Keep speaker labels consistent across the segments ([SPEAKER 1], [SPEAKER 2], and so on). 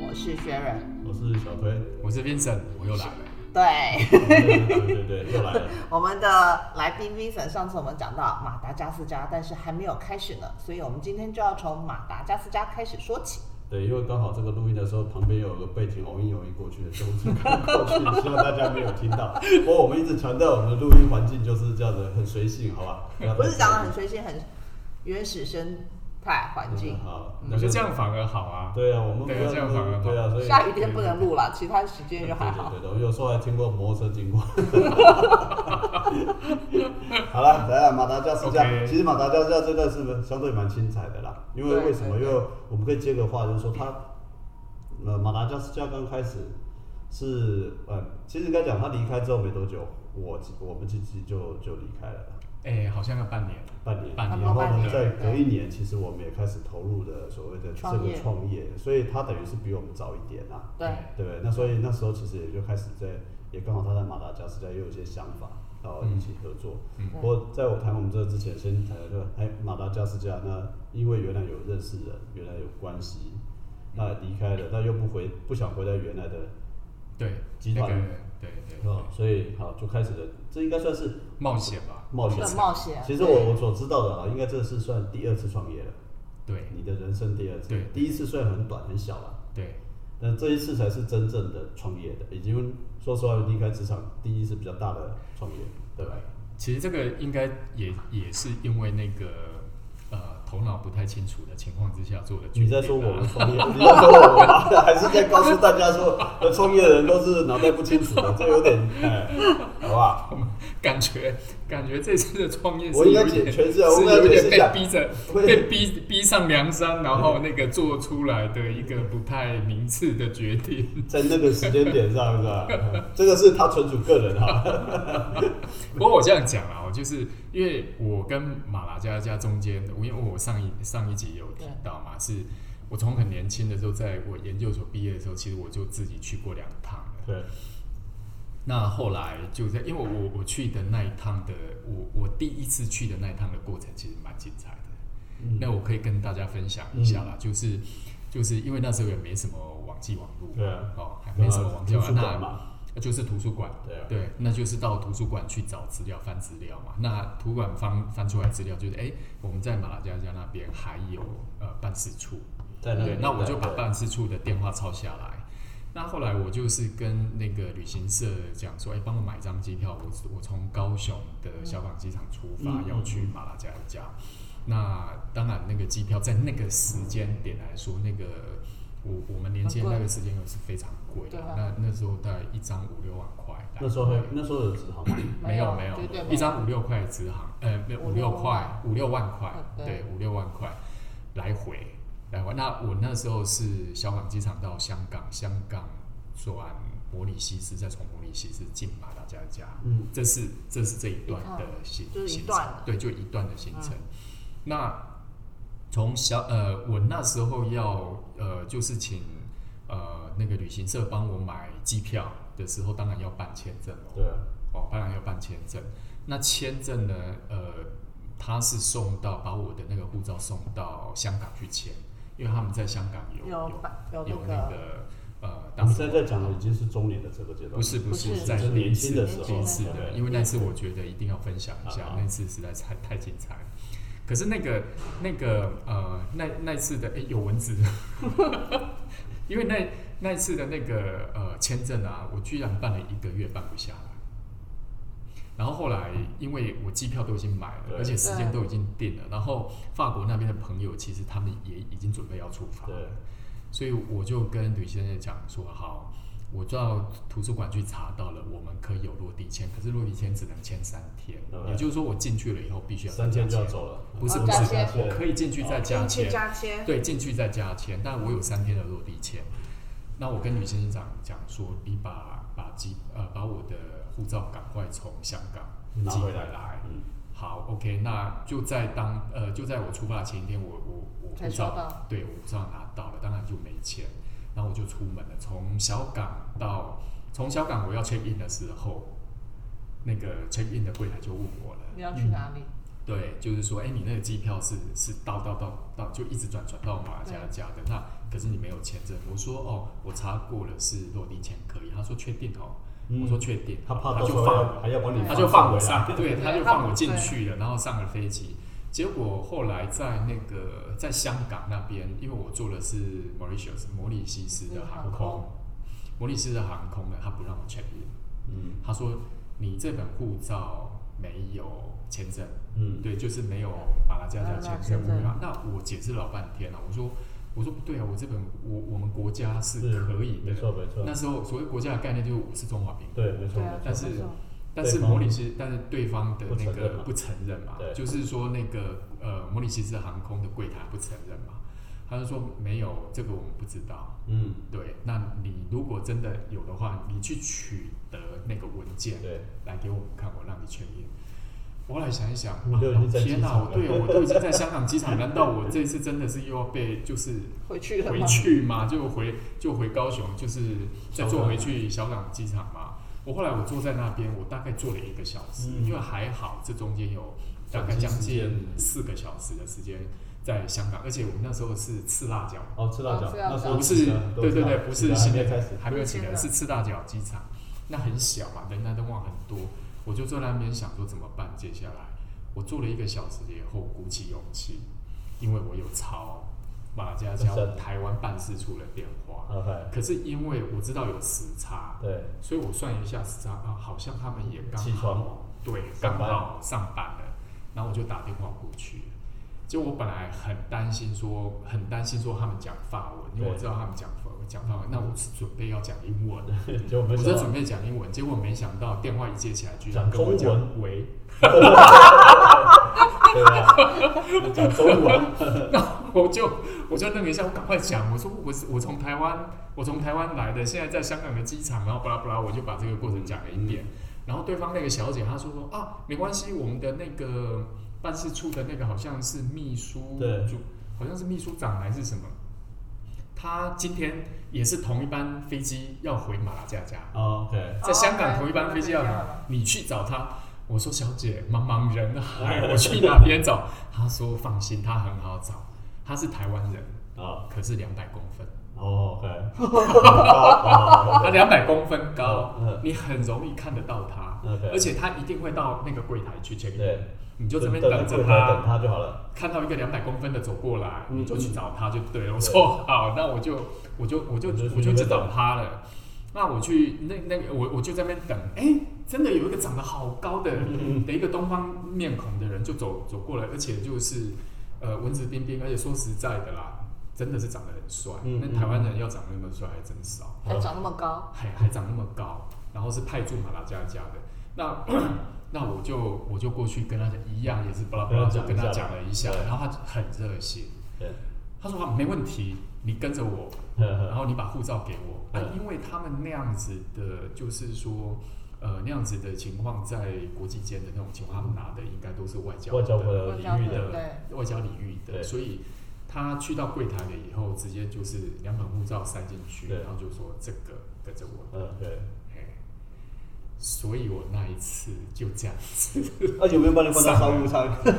[SPEAKER 1] 我是 Sharon，
[SPEAKER 2] 我是小推，
[SPEAKER 3] 我是 Vincent，我又来了。
[SPEAKER 1] 对，
[SPEAKER 2] 对对对，又来了。
[SPEAKER 1] 我们的来宾 Vincent，上次我们讲到马达加斯加，但是还没有开始呢，所以我们今天就要从马达加斯加开始说起。
[SPEAKER 2] 对，因为刚好这个录音的时候，旁边有个背景偶音偶音过去的，所以我就刚过去，希望大家没有听到。不过我们一直强调我们的录音环境就是这样的，很随性，好吧？不要太
[SPEAKER 1] 不是讲的很随性，很原始生态环境
[SPEAKER 2] 嗯。好，
[SPEAKER 3] 我觉得这样反而好啊。
[SPEAKER 2] 对啊，我们不
[SPEAKER 3] 对啊
[SPEAKER 2] 要
[SPEAKER 3] 这样反而好
[SPEAKER 2] 对啊，所以
[SPEAKER 1] 下雨天不能录了，其他时间就还好
[SPEAKER 2] 对。对对，我有时候还听过摩托车经过。好了，来啊，马达加斯加
[SPEAKER 3] OK
[SPEAKER 2] 其实马达加斯加真的是相对蛮精彩的啦。因为
[SPEAKER 1] 对
[SPEAKER 2] 为什么？
[SPEAKER 1] 对
[SPEAKER 2] 因
[SPEAKER 1] 对
[SPEAKER 2] 为我们可以接个话，就是说它，呃，马达加斯加刚开始是呃，其实应该讲他离开之后没多久，我我们自己就就离开了啦。
[SPEAKER 3] 哎、好像要半年。
[SPEAKER 2] 半年，
[SPEAKER 3] 半
[SPEAKER 1] 年
[SPEAKER 2] 然后
[SPEAKER 1] 差不
[SPEAKER 2] 呢，
[SPEAKER 1] 多半
[SPEAKER 2] 再
[SPEAKER 1] 年
[SPEAKER 2] 隔一年，其实我们也开始投入的所谓的这
[SPEAKER 1] 创
[SPEAKER 2] 个
[SPEAKER 1] 业
[SPEAKER 2] 创业，所以他等于是比我们早一点啦。
[SPEAKER 1] 对，
[SPEAKER 2] 对不对？那所以那时候其实也就开始在，也刚好他在马达加斯加也有一些想法，然后一起合作。
[SPEAKER 3] 嗯
[SPEAKER 1] 嗯
[SPEAKER 2] 不过在我谈我们这之前，先谈一个，哎，马达加斯加那因为原来有认识人，原来有关系，那离开了，那又不回，不想回到原来的，
[SPEAKER 3] 对，
[SPEAKER 2] 集团
[SPEAKER 3] 那个对对对，
[SPEAKER 2] 哦，所以好就开始了，这应该算是
[SPEAKER 3] 冒险吧。
[SPEAKER 2] 冒险
[SPEAKER 1] 对。冒险。
[SPEAKER 2] 其实我我所知道的啊，应该这是算第二次创业了，
[SPEAKER 3] 对
[SPEAKER 2] 你的人生第二次
[SPEAKER 3] 对，
[SPEAKER 2] 第一次虽然很短很小了。
[SPEAKER 3] 对，
[SPEAKER 2] 那这一次才是真正的创业的，已经说实话离开职场，第一是比较大的创业，对吧？
[SPEAKER 3] 其实这个应该也也是因为那个呃头脑不太清楚的情况之下做的决定啊。
[SPEAKER 2] 你在说我们创业，你在说我们吗，还是在告诉大家说，呃创业的人都是脑袋不清楚的，这有点，哎，好不好？
[SPEAKER 3] 感觉感觉这次的创业是
[SPEAKER 2] 我应该
[SPEAKER 3] 有点
[SPEAKER 2] 解全是啊
[SPEAKER 3] 是
[SPEAKER 2] 我应该
[SPEAKER 3] 有点
[SPEAKER 2] 解释一下
[SPEAKER 3] 被逼 着
[SPEAKER 2] 我也
[SPEAKER 3] 被逼逼上梁山，然后那个做出来的一个不太明智的决定。
[SPEAKER 2] 在那个时间点上是吧？ 嗯这个是他纯属个人啊 哈，
[SPEAKER 3] 不过我这样讲啊，我就是因为我跟马拉加加中间，我因为我上一上一集有提到嘛，是我从很年轻的时候，在我研究所毕业的时候，其实我就自己去过两趟了。
[SPEAKER 2] 对，
[SPEAKER 3] 那后来就在，因为我我我去的那一趟的，我我第一次去的那一趟的过程其实蛮精彩的。
[SPEAKER 2] 嗯
[SPEAKER 3] 那我可以跟大家分享一下啦，就是就是因为那时候也没什么网际网络，
[SPEAKER 2] 对啊
[SPEAKER 3] 哦，还没什么网际
[SPEAKER 2] 图
[SPEAKER 3] 网
[SPEAKER 2] 书
[SPEAKER 3] 络，
[SPEAKER 2] 馆
[SPEAKER 3] 那
[SPEAKER 2] 嘛，
[SPEAKER 3] 就是图书馆，
[SPEAKER 2] 对啊
[SPEAKER 3] 对，那就是到图书馆去找资料，翻资料嘛。那图书馆翻翻出来资料，就是哎、我们在马拉加加那边还有呃办事处，
[SPEAKER 2] 在那个
[SPEAKER 3] 对，那我就把
[SPEAKER 2] 对
[SPEAKER 3] 办事处的电话抄下来。那后来我就是跟那个旅行社讲说，哎、帮我买一张机票，我我从高雄的小港机场出发，
[SPEAKER 2] 嗯
[SPEAKER 3] 要去马拉加加。那当然，那个机票在那个时间点来说，那个我我们年轻人
[SPEAKER 1] 很贵
[SPEAKER 3] 那个时间又是非常贵的
[SPEAKER 1] 对啊，
[SPEAKER 3] 那那时候大概一张五六万块。
[SPEAKER 2] 那时候还那时候有职行吗？
[SPEAKER 3] 没有没有
[SPEAKER 1] 绝对没，有
[SPEAKER 3] 一张五六块直行，呃，没有
[SPEAKER 1] 五
[SPEAKER 3] 五
[SPEAKER 1] 六
[SPEAKER 3] 六
[SPEAKER 1] 万
[SPEAKER 3] 块，五六万块
[SPEAKER 1] 嗯，对
[SPEAKER 3] 对，五六万块来回来回。那我那时候是小港机场到香港，香港转摩里西斯，再从摩里西斯进马达加斯加，
[SPEAKER 2] 嗯，
[SPEAKER 3] 这是这是这一段
[SPEAKER 1] 一趟
[SPEAKER 3] 的行
[SPEAKER 1] 就是一
[SPEAKER 3] 行程
[SPEAKER 1] 段了，嗯
[SPEAKER 3] 对，就一段的行程。那从小呃，我那时候要呃，就是请呃那个旅行社帮我买机票的时候，当然要办签证哦。
[SPEAKER 2] 对啊，
[SPEAKER 3] 哦，当然要办签证。那签证呢？呃，他是送到把我的那个护照送到香港去签，因为他们在香港有
[SPEAKER 1] 有
[SPEAKER 3] 有
[SPEAKER 1] 办有
[SPEAKER 3] 有
[SPEAKER 1] 那
[SPEAKER 3] 那
[SPEAKER 1] 个
[SPEAKER 3] 个呃，
[SPEAKER 2] 我
[SPEAKER 3] 当
[SPEAKER 2] 们
[SPEAKER 3] 时
[SPEAKER 2] 现在在讲的已经是中年的这个阶段，
[SPEAKER 3] 不是不
[SPEAKER 1] 不
[SPEAKER 3] 是
[SPEAKER 1] 是
[SPEAKER 3] 在
[SPEAKER 2] 是年轻的
[SPEAKER 3] 第一次
[SPEAKER 2] 时候啊
[SPEAKER 3] 第一次的，
[SPEAKER 2] 对
[SPEAKER 3] 因为那次我觉得一定要分享一下
[SPEAKER 2] 好，
[SPEAKER 3] 那次实在是太太精彩了。可是那个那个呃，那那次的哎、诶有蚊子， 因为那那次的那个呃签证啊，我居然办了一个月办不下来。然后后来，因为我机票都已经买了，
[SPEAKER 2] 对
[SPEAKER 3] 而且时间都已经定了，然后法国那边的朋友其实他们也已经准备要出发
[SPEAKER 2] 对
[SPEAKER 3] 了，所以我就跟吕先生讲说，好，我到图书馆去查到了，我们可以有落地签，可是落地签只能签三天，
[SPEAKER 2] 对
[SPEAKER 3] 也就是说我进去了以后必须要
[SPEAKER 2] 三天就要
[SPEAKER 3] 加签，
[SPEAKER 2] 走了，
[SPEAKER 3] 不是
[SPEAKER 1] 哦
[SPEAKER 3] 不
[SPEAKER 1] 加
[SPEAKER 3] 是
[SPEAKER 1] 签，哦
[SPEAKER 3] 我可以进去再加
[SPEAKER 1] 进去
[SPEAKER 3] 签，
[SPEAKER 1] 加签，
[SPEAKER 3] 对，进去再加签，但我有三天的落地签。那我跟女先生长讲说，你把把机呃把我的护照赶快从香港
[SPEAKER 2] 拿
[SPEAKER 3] 寄
[SPEAKER 2] 回
[SPEAKER 3] 回
[SPEAKER 2] 来
[SPEAKER 3] 来。
[SPEAKER 2] 嗯
[SPEAKER 3] 好，OK，那就在当呃就在我出发的前一天，我我我
[SPEAKER 1] 才
[SPEAKER 3] 护
[SPEAKER 1] 收到
[SPEAKER 3] 照对我护照拿到了，当然就没钱，然后我就出门了，从小港到从小港我要 check in 的时候，那个 check in 的柜台就问我了，
[SPEAKER 1] 你要去哪里？
[SPEAKER 3] 对，就是说，哎，你那个机票是是到到到到就一直转转到马来加加的，那可是你没有签证。我说哦，我查过了，是落地前可以。他说确定哦，
[SPEAKER 2] 嗯
[SPEAKER 3] 我说确定，
[SPEAKER 2] 他怕
[SPEAKER 3] 他
[SPEAKER 2] 到时
[SPEAKER 3] 就
[SPEAKER 2] 候
[SPEAKER 3] 放
[SPEAKER 2] 要还要帮你，
[SPEAKER 3] 他就放我
[SPEAKER 2] 上。
[SPEAKER 3] 上，对，
[SPEAKER 1] 对
[SPEAKER 3] 他就
[SPEAKER 1] 放
[SPEAKER 3] 放我
[SPEAKER 1] 我
[SPEAKER 3] 进
[SPEAKER 1] 对
[SPEAKER 3] 去了，然后上了飞机。结果后来在那个在香港那边，因为我坐的是 Mauritius 摩里西斯的
[SPEAKER 1] 嗯
[SPEAKER 3] 航
[SPEAKER 1] 航
[SPEAKER 3] 空
[SPEAKER 1] 空，
[SPEAKER 3] 摩里西斯的航空呢，他不让我 check in，
[SPEAKER 2] 嗯
[SPEAKER 3] 他说你这本护照没有签证，
[SPEAKER 2] 嗯，
[SPEAKER 3] 对，就是没有马拉加加签证
[SPEAKER 1] 马拉加加
[SPEAKER 3] 啊。那我解释老半天了、啊我说我说不对啊，我这本我我们国家是
[SPEAKER 2] 是
[SPEAKER 3] 可以
[SPEAKER 2] 没
[SPEAKER 3] 的。
[SPEAKER 2] 错没错
[SPEAKER 3] 那，时候所谓国家的概念就是我是中华民国，
[SPEAKER 2] 对没错
[SPEAKER 1] 对
[SPEAKER 2] 嗯没
[SPEAKER 1] 啊
[SPEAKER 2] 错，，
[SPEAKER 3] 但是
[SPEAKER 1] 没错
[SPEAKER 3] 但是
[SPEAKER 2] 对方
[SPEAKER 3] 摩里西，但是对方的那个不
[SPEAKER 2] 不
[SPEAKER 3] 承认嘛，
[SPEAKER 2] 对
[SPEAKER 3] 就是说那个呃摩里西斯航空的柜台不承认嘛，他就说没有这个我们不知道。
[SPEAKER 2] 嗯
[SPEAKER 3] 对，那你如果真的有的话，你去取得那个文件
[SPEAKER 2] 对，
[SPEAKER 3] 来给我们看，我让你确认。我后来想一想，
[SPEAKER 2] 你
[SPEAKER 3] 啊
[SPEAKER 2] 都已经在
[SPEAKER 3] 天
[SPEAKER 2] 机场
[SPEAKER 3] 我
[SPEAKER 2] 了
[SPEAKER 3] 对我都已经在香港机场，难道我这次真的是又要被就是
[SPEAKER 1] 回去了
[SPEAKER 3] 回
[SPEAKER 1] 吗？
[SPEAKER 3] 去嘛，就回就回高雄，就是再坐回去小港机场嘛。我后来我坐在那边，我大概坐了一个小时，
[SPEAKER 2] 嗯
[SPEAKER 3] 因为还好这中间有大概
[SPEAKER 2] 转机
[SPEAKER 3] 将
[SPEAKER 2] 时间
[SPEAKER 3] 近四个小时的时间在香港，而且我们那时候是吃辣椒，
[SPEAKER 2] 哦吃辣椒，
[SPEAKER 1] 哦吃辣椒
[SPEAKER 2] 那时候
[SPEAKER 3] 不是
[SPEAKER 2] 吃的都
[SPEAKER 3] 对
[SPEAKER 2] 知
[SPEAKER 3] 对
[SPEAKER 2] 道
[SPEAKER 3] 对，不
[SPEAKER 2] 吃
[SPEAKER 3] 是
[SPEAKER 2] 的
[SPEAKER 3] 新
[SPEAKER 2] 还没
[SPEAKER 3] 的
[SPEAKER 2] 开始，
[SPEAKER 3] 还没有请人，
[SPEAKER 1] 不是
[SPEAKER 3] 是赤大角机场，那很小嘛，人来人往很多，我就坐在那边想说怎么办，接下来我坐了一个小时以后，鼓起勇气，因为我有抄马家加
[SPEAKER 2] 是
[SPEAKER 3] 台湾办事处的电话，
[SPEAKER 2] OK
[SPEAKER 3] 可是因为我知道有时差，
[SPEAKER 2] 对，
[SPEAKER 3] 所以我算一下时差啊，好像他们也刚
[SPEAKER 2] 起床
[SPEAKER 3] 好对，刚
[SPEAKER 2] 上班
[SPEAKER 3] 好上班了，然后我就打电话过去。就我本来很担心说，很担心说他们讲法文，因为我
[SPEAKER 2] 对啊
[SPEAKER 3] 知道他们讲法讲法文，那我是准备要讲英文，
[SPEAKER 2] 就我
[SPEAKER 3] 我
[SPEAKER 2] 们
[SPEAKER 3] 在准备讲英文，结果没想到电话一接起来，居
[SPEAKER 2] 讲
[SPEAKER 3] 然跟我
[SPEAKER 2] 中文
[SPEAKER 3] 讲喂，
[SPEAKER 2] 对吧？讲中文，
[SPEAKER 3] 我就我就愣了一下，我赶快讲，我说我是我从台湾，我从台湾来的，现在在香港的机场，然后巴拉巴拉，我就把这个过程讲了一遍。然后对方那个小姐她说说啊，没关系，我们的那个办事处的那个好像是秘书
[SPEAKER 2] 对
[SPEAKER 3] 主，好像是秘书长还是什么，他今天也是同一班飞机要回马拉加加。
[SPEAKER 2] 哦 OK，
[SPEAKER 3] 在香港
[SPEAKER 1] 哦
[SPEAKER 3] 同一班飞机要
[SPEAKER 1] 对
[SPEAKER 3] 拿，你去找他。我说小姐，茫茫 人海，我去哪边找？他说放心，他很好找，他是台湾人，
[SPEAKER 2] 啊
[SPEAKER 3] 可是两百公分，
[SPEAKER 2] 哦 OK，
[SPEAKER 3] 他两百公分高
[SPEAKER 2] 哦嗯，
[SPEAKER 3] 你很容易看得到他，
[SPEAKER 2] OK
[SPEAKER 3] 而且他一定会到那个柜台去 check in，
[SPEAKER 2] 对
[SPEAKER 3] 你就这边
[SPEAKER 2] 等
[SPEAKER 3] 等着
[SPEAKER 2] 等
[SPEAKER 3] 他，
[SPEAKER 2] 他就好了，
[SPEAKER 3] 看到一个两百公分的走过来，
[SPEAKER 2] 嗯
[SPEAKER 3] 你就去找他就对了。我
[SPEAKER 2] 对
[SPEAKER 3] 说好，那我就我就我就
[SPEAKER 2] 你就去
[SPEAKER 3] 我就
[SPEAKER 2] 那边
[SPEAKER 3] 去找
[SPEAKER 2] 等
[SPEAKER 3] 他了。那我去那那个我我就在那边等，哎，真的有一个长得好高的
[SPEAKER 2] 嗯
[SPEAKER 3] 的一个东方面孔的人就走走过来，而且就是呃文质彬彬，而且说实在的啦，真的是长得很帅。
[SPEAKER 2] 嗯
[SPEAKER 3] 那台湾人要长那么帅还真少，
[SPEAKER 1] 还长那么高，
[SPEAKER 3] 还还长那么高，然后是派驻马拉加加的。那那我就我就过去跟他讲一样，也是巴拉巴拉就跟他讲了一下，
[SPEAKER 2] 对
[SPEAKER 3] 然后他很热心，
[SPEAKER 2] 对，
[SPEAKER 3] 他说啊没问题，你跟着我，然
[SPEAKER 2] 然
[SPEAKER 3] 后你把护照给我。啊
[SPEAKER 2] 嗯，
[SPEAKER 3] 因为他们那样子的，就是说，呃，那样子的情况，在国际间的那种情况，他们拿的应该都是外交
[SPEAKER 2] 外交部
[SPEAKER 3] 的
[SPEAKER 2] 的
[SPEAKER 1] 我
[SPEAKER 2] 呃领
[SPEAKER 1] 讲
[SPEAKER 2] 域
[SPEAKER 3] 的
[SPEAKER 2] 的，
[SPEAKER 1] 对，
[SPEAKER 3] 外交领域的，
[SPEAKER 2] 对
[SPEAKER 3] 所以他去到柜台了以后，直接就是两本护照塞进去，
[SPEAKER 2] 对
[SPEAKER 3] 然后就说这个跟着我。
[SPEAKER 2] 嗯对，
[SPEAKER 3] 嘿所以我那一次就这样子，
[SPEAKER 2] 那有没有帮你放到商务舱？
[SPEAKER 3] 没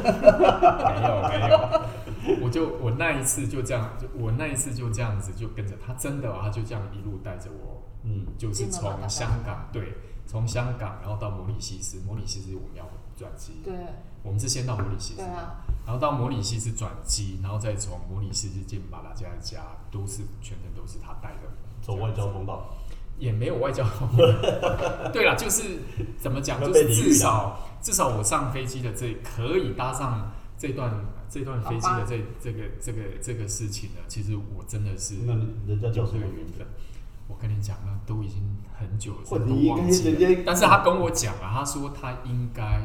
[SPEAKER 3] 有没有，我就我那一次就这样，就我那一次就这样子就跟着他，真的、哦，他就这样一路带着我
[SPEAKER 2] 嗯
[SPEAKER 3] 就是从香港对，从香港然后到摩里西斯，摩里西斯我们要转机，
[SPEAKER 1] 对
[SPEAKER 3] 我们是先到摩里西斯
[SPEAKER 1] 对，啊，
[SPEAKER 3] 然后到摩里西斯转机，然后再从摩里西斯进马拉加加，都是全程都是他带的，
[SPEAKER 2] 走外交通道，
[SPEAKER 3] 也没有 外交。对啦，就是怎么讲，就
[SPEAKER 2] 被
[SPEAKER 3] 是
[SPEAKER 2] 淋雨啊
[SPEAKER 3] 至少至少我上飞机的这可以搭上这段这段飞机的这这个这个这个事情呢，其实我真的是
[SPEAKER 2] 那人家叫
[SPEAKER 3] 有这
[SPEAKER 2] 什
[SPEAKER 3] 个
[SPEAKER 2] 么？
[SPEAKER 3] 缘分。我跟你讲，那都已经很久了，
[SPEAKER 2] 或者
[SPEAKER 3] 都
[SPEAKER 2] 你
[SPEAKER 3] 忘
[SPEAKER 2] 应
[SPEAKER 3] 记
[SPEAKER 2] 该人
[SPEAKER 3] 了
[SPEAKER 2] 家。
[SPEAKER 3] 但是他跟我讲啊，他说他应该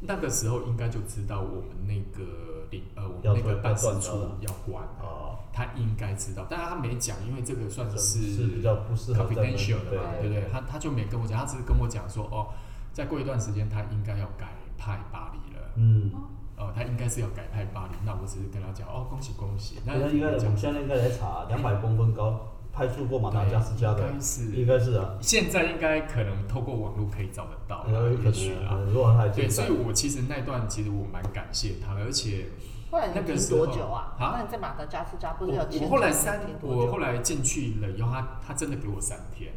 [SPEAKER 3] 那个时候应该就知道我们那个领呃，我
[SPEAKER 2] 要
[SPEAKER 3] 们那个
[SPEAKER 2] 断
[SPEAKER 3] 办事
[SPEAKER 2] 断
[SPEAKER 3] 处
[SPEAKER 2] 掉了
[SPEAKER 3] 要关了，
[SPEAKER 2] 哦，
[SPEAKER 3] 他应该知道，但是他没讲，因为这个算是
[SPEAKER 2] 是比较不适合在那边
[SPEAKER 3] confidential 的嘛，
[SPEAKER 1] 对
[SPEAKER 3] 对不对？他他就没跟我讲，他只是跟我讲说，哦，再过一段时间他应该要改派巴黎了，
[SPEAKER 2] 嗯，
[SPEAKER 3] 哦，他应该是要改
[SPEAKER 2] 呃
[SPEAKER 3] 派巴黎。那我只是跟他讲，哦，恭喜恭喜。那
[SPEAKER 2] 人家应该，我们现在应该来查两百公分高，派驻过马达加斯加
[SPEAKER 3] 对
[SPEAKER 2] 的
[SPEAKER 3] 应，该
[SPEAKER 2] 应
[SPEAKER 3] 是
[SPEAKER 2] 该是啊，
[SPEAKER 3] 现在应该可能透过网络可以找得到
[SPEAKER 2] 然后有
[SPEAKER 3] 啦，也
[SPEAKER 2] 可
[SPEAKER 3] 许
[SPEAKER 2] 能
[SPEAKER 3] 啊
[SPEAKER 2] 啊，。如果他还健
[SPEAKER 3] 对，所
[SPEAKER 2] 在
[SPEAKER 3] 以，我其实那段其实我蛮感谢他的，而且
[SPEAKER 1] 后来你
[SPEAKER 3] 那个
[SPEAKER 1] 停
[SPEAKER 3] 时候
[SPEAKER 1] 多久啊？
[SPEAKER 3] 啊
[SPEAKER 1] 那你在马达加斯加不
[SPEAKER 3] 我
[SPEAKER 1] 是有签
[SPEAKER 3] 我后来
[SPEAKER 1] 证
[SPEAKER 3] 三
[SPEAKER 1] 停，多
[SPEAKER 3] 我后
[SPEAKER 1] 久？
[SPEAKER 3] 来进去了以后，他他真的给我三天，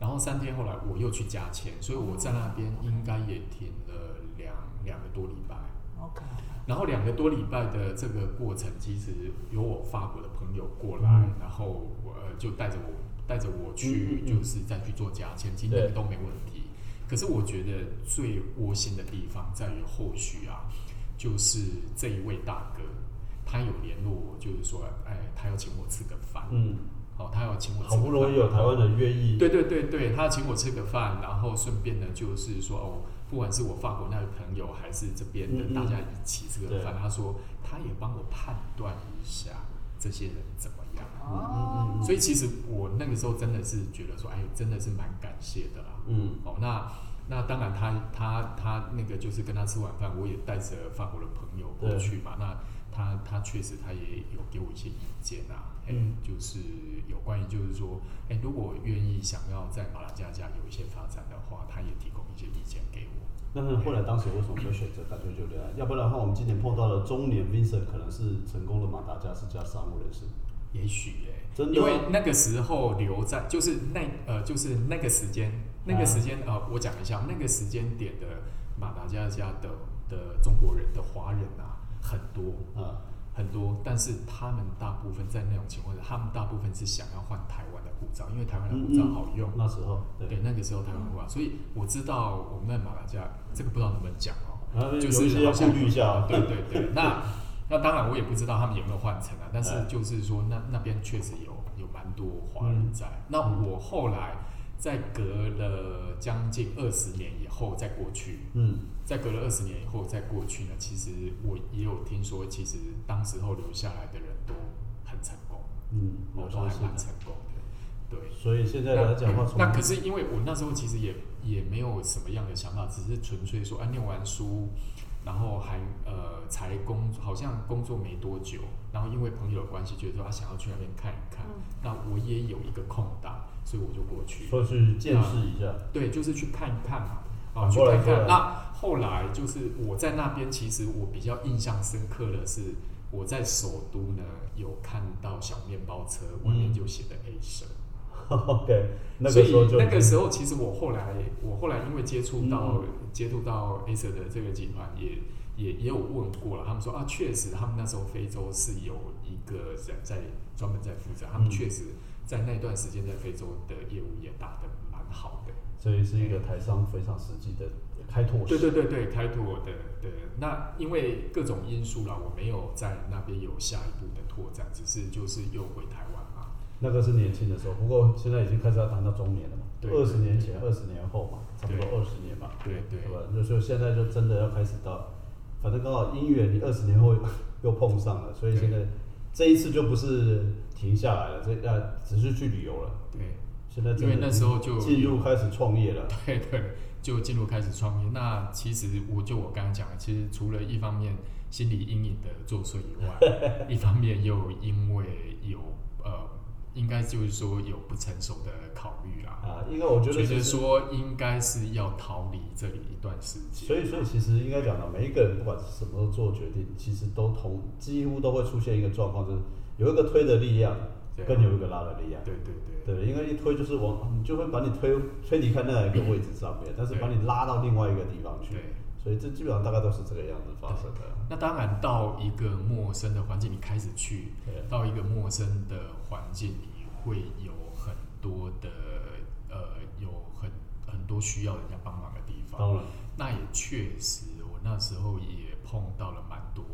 [SPEAKER 3] 然后三天后来我又去加签，所以我在那边应该也停了两两个多礼拜。
[SPEAKER 1] OK，
[SPEAKER 3] 然后两个多礼拜的这个过程，其实有我法国的朋友过来，
[SPEAKER 2] 嗯
[SPEAKER 3] 然后我呃就带着我带着我
[SPEAKER 2] 嗯
[SPEAKER 3] 去，
[SPEAKER 2] 嗯嗯
[SPEAKER 3] 就是再去做加签，其实那个都没问题。可是我觉得最窝心的地方在于后续啊，就是这一位大哥，他有联络我，就是说，哎，他要请我吃个饭，
[SPEAKER 2] 嗯，
[SPEAKER 3] 哦，他要请我吃
[SPEAKER 2] 好
[SPEAKER 3] 个饭，
[SPEAKER 2] 不容易有台湾人愿意，
[SPEAKER 3] 对对对对，他请我吃个饭，然后顺便呢，就是说哦，不管是我法国那个朋友，还是这边的
[SPEAKER 2] 嗯嗯
[SPEAKER 3] 大家一起吃个
[SPEAKER 2] 对
[SPEAKER 3] 饭，他说他也帮我判断一下这些人怎么样。
[SPEAKER 1] 哦，
[SPEAKER 2] 嗯
[SPEAKER 3] 所以其实我那个时候真的是觉得说，哎，真的是蛮感谢的啦。
[SPEAKER 2] 嗯，
[SPEAKER 3] 哦，那那当然他，他他那个就是跟他吃晚饭，我也带着法国的朋友过去嘛。那他他确实他也有给我一些意见啊，哎、
[SPEAKER 2] 嗯
[SPEAKER 3] 就是有关于就是说，哎、如果愿意想要在马拉加加有一些发展的话，他也提供一些意见给我。
[SPEAKER 2] 那么后来当时为什么会选择干脆就恋爱？要不然的话，我们今年碰到了中年 Vincent，可能是成功的马达加斯加商务人士，
[SPEAKER 3] 也许哎、
[SPEAKER 2] 真的
[SPEAKER 3] 因为那个时候留在就是那呃就是那个时间那个时间、呃，我讲一下那个时间点的马达加加的的中国人的华人啊很多。
[SPEAKER 2] 啊，
[SPEAKER 3] 很多，但是他们大部分在那种情况下，他们大部分是想要换台湾的护照，因为台湾的护照好用。
[SPEAKER 2] 嗯那时候对
[SPEAKER 3] 对，，那个时候台湾护照，所以我知道我们在马来西亚，这个不知道能不能讲哦，
[SPEAKER 2] 然后有
[SPEAKER 3] 就
[SPEAKER 2] 一
[SPEAKER 3] 是
[SPEAKER 2] 些要
[SPEAKER 3] 好像
[SPEAKER 2] 顾虑一下啊，
[SPEAKER 3] 对对对， 那那当然我也不知道他们有没有换成啊，但是
[SPEAKER 2] 嗯
[SPEAKER 3] 就是说那那边确实有有蛮多华人
[SPEAKER 2] 嗯
[SPEAKER 3] 在。那我后来在隔了将近二十年以后再过去，
[SPEAKER 2] 嗯，
[SPEAKER 3] 在隔了二十年以后再过去呢，其实我也有听说，其实当时候留下来的人都很成功，
[SPEAKER 2] 嗯，
[SPEAKER 3] 我
[SPEAKER 2] 我
[SPEAKER 3] 都
[SPEAKER 2] 相
[SPEAKER 3] 还
[SPEAKER 2] 信
[SPEAKER 3] 蛮。成功的，对。
[SPEAKER 2] 所以现在
[SPEAKER 3] 那
[SPEAKER 2] 来讲话，从
[SPEAKER 3] 那可是因为我那时候其实也也没有什么样的想法，只是纯粹说，啊，念完书，然后还呃才工，好像工作没多久，然后因为朋友的关系，觉得说他想要去那边看一看，
[SPEAKER 1] 嗯
[SPEAKER 3] 那我也有一个空档，所以我就过去了。
[SPEAKER 2] 说去
[SPEAKER 3] 啊
[SPEAKER 2] 见识一下，
[SPEAKER 3] 对，就是去看一看嘛，啊，
[SPEAKER 2] 反
[SPEAKER 3] 去
[SPEAKER 2] 过
[SPEAKER 3] 看
[SPEAKER 2] 来
[SPEAKER 3] 一看。
[SPEAKER 2] 对
[SPEAKER 3] 那后来就是我在那边，其实我比较印象深刻的是，我在首都呢有看到小面包车外
[SPEAKER 2] 嗯
[SPEAKER 3] 面就写的 A 社、
[SPEAKER 2] OK，那
[SPEAKER 3] 所
[SPEAKER 2] 个
[SPEAKER 3] 以
[SPEAKER 2] 时候就
[SPEAKER 3] 那个时候其实我后来我后来因为接触到、
[SPEAKER 2] 嗯
[SPEAKER 3] 接触到 A 社的这个集团也。也也有问过了，他们说啊，确实，他们那时候非洲是有一个人在专门在负责，他们
[SPEAKER 2] 嗯
[SPEAKER 3] 确实在那段时间在非洲的业务也打得蛮好的。
[SPEAKER 2] 所以是一个台商非常实际的开拓
[SPEAKER 3] 对
[SPEAKER 2] 史。
[SPEAKER 3] 对对对，开拓的的那因为各种因素啦，我没有在那边有下一步的拓展，只是就是又回台湾嘛。
[SPEAKER 2] 那个是年轻的时候，不过现在已经开始要谈到中年了嘛，
[SPEAKER 3] 对
[SPEAKER 2] 二十年前、二十年后嘛，差不多
[SPEAKER 3] 对
[SPEAKER 2] 二十年嘛，
[SPEAKER 3] 对对
[SPEAKER 2] 对吧？那所以现在就真的要开始到，反正刚好姻缘你二十年后 又碰上了，所以现在这一次就不是停下来了，这呃只是去旅游了。
[SPEAKER 3] 对
[SPEAKER 2] 现在真的
[SPEAKER 3] 因为那时候就
[SPEAKER 2] 进入开始创业了，
[SPEAKER 3] 对对，就进入开始创业。那其实我就我刚刚讲的，其实除了一方面心理阴影的作祟以外 ，一方面又因为有呃，应该就是说有不成熟的考虑啦。
[SPEAKER 2] 啊，因为我觉得
[SPEAKER 3] 觉
[SPEAKER 2] 其
[SPEAKER 3] 得
[SPEAKER 2] 实
[SPEAKER 3] 说应该是要逃离这里一段时间，
[SPEAKER 2] 所以，所以其实应该讲呢，每一个人不管是什么时候做决定，其实都同几乎都会出现一个状况，就是有一个推的力量
[SPEAKER 3] 对，啊
[SPEAKER 2] 跟有一个拉的力量。
[SPEAKER 3] 对对对，
[SPEAKER 2] 对，因为一推就是往，你就会把你推推离开那一个位置上面，但是把你拉到另外一个地方去
[SPEAKER 3] 对。
[SPEAKER 2] 所以这基本上大概都是这个样子发生的。
[SPEAKER 3] 那当然，到一个陌生的环境，你开始去
[SPEAKER 2] 对
[SPEAKER 3] 到一个陌生的环境，你会有很多的呃，有很很多需要人家帮忙的地方。
[SPEAKER 2] 当然，
[SPEAKER 3] 那也确实，我那时候也碰到了蛮多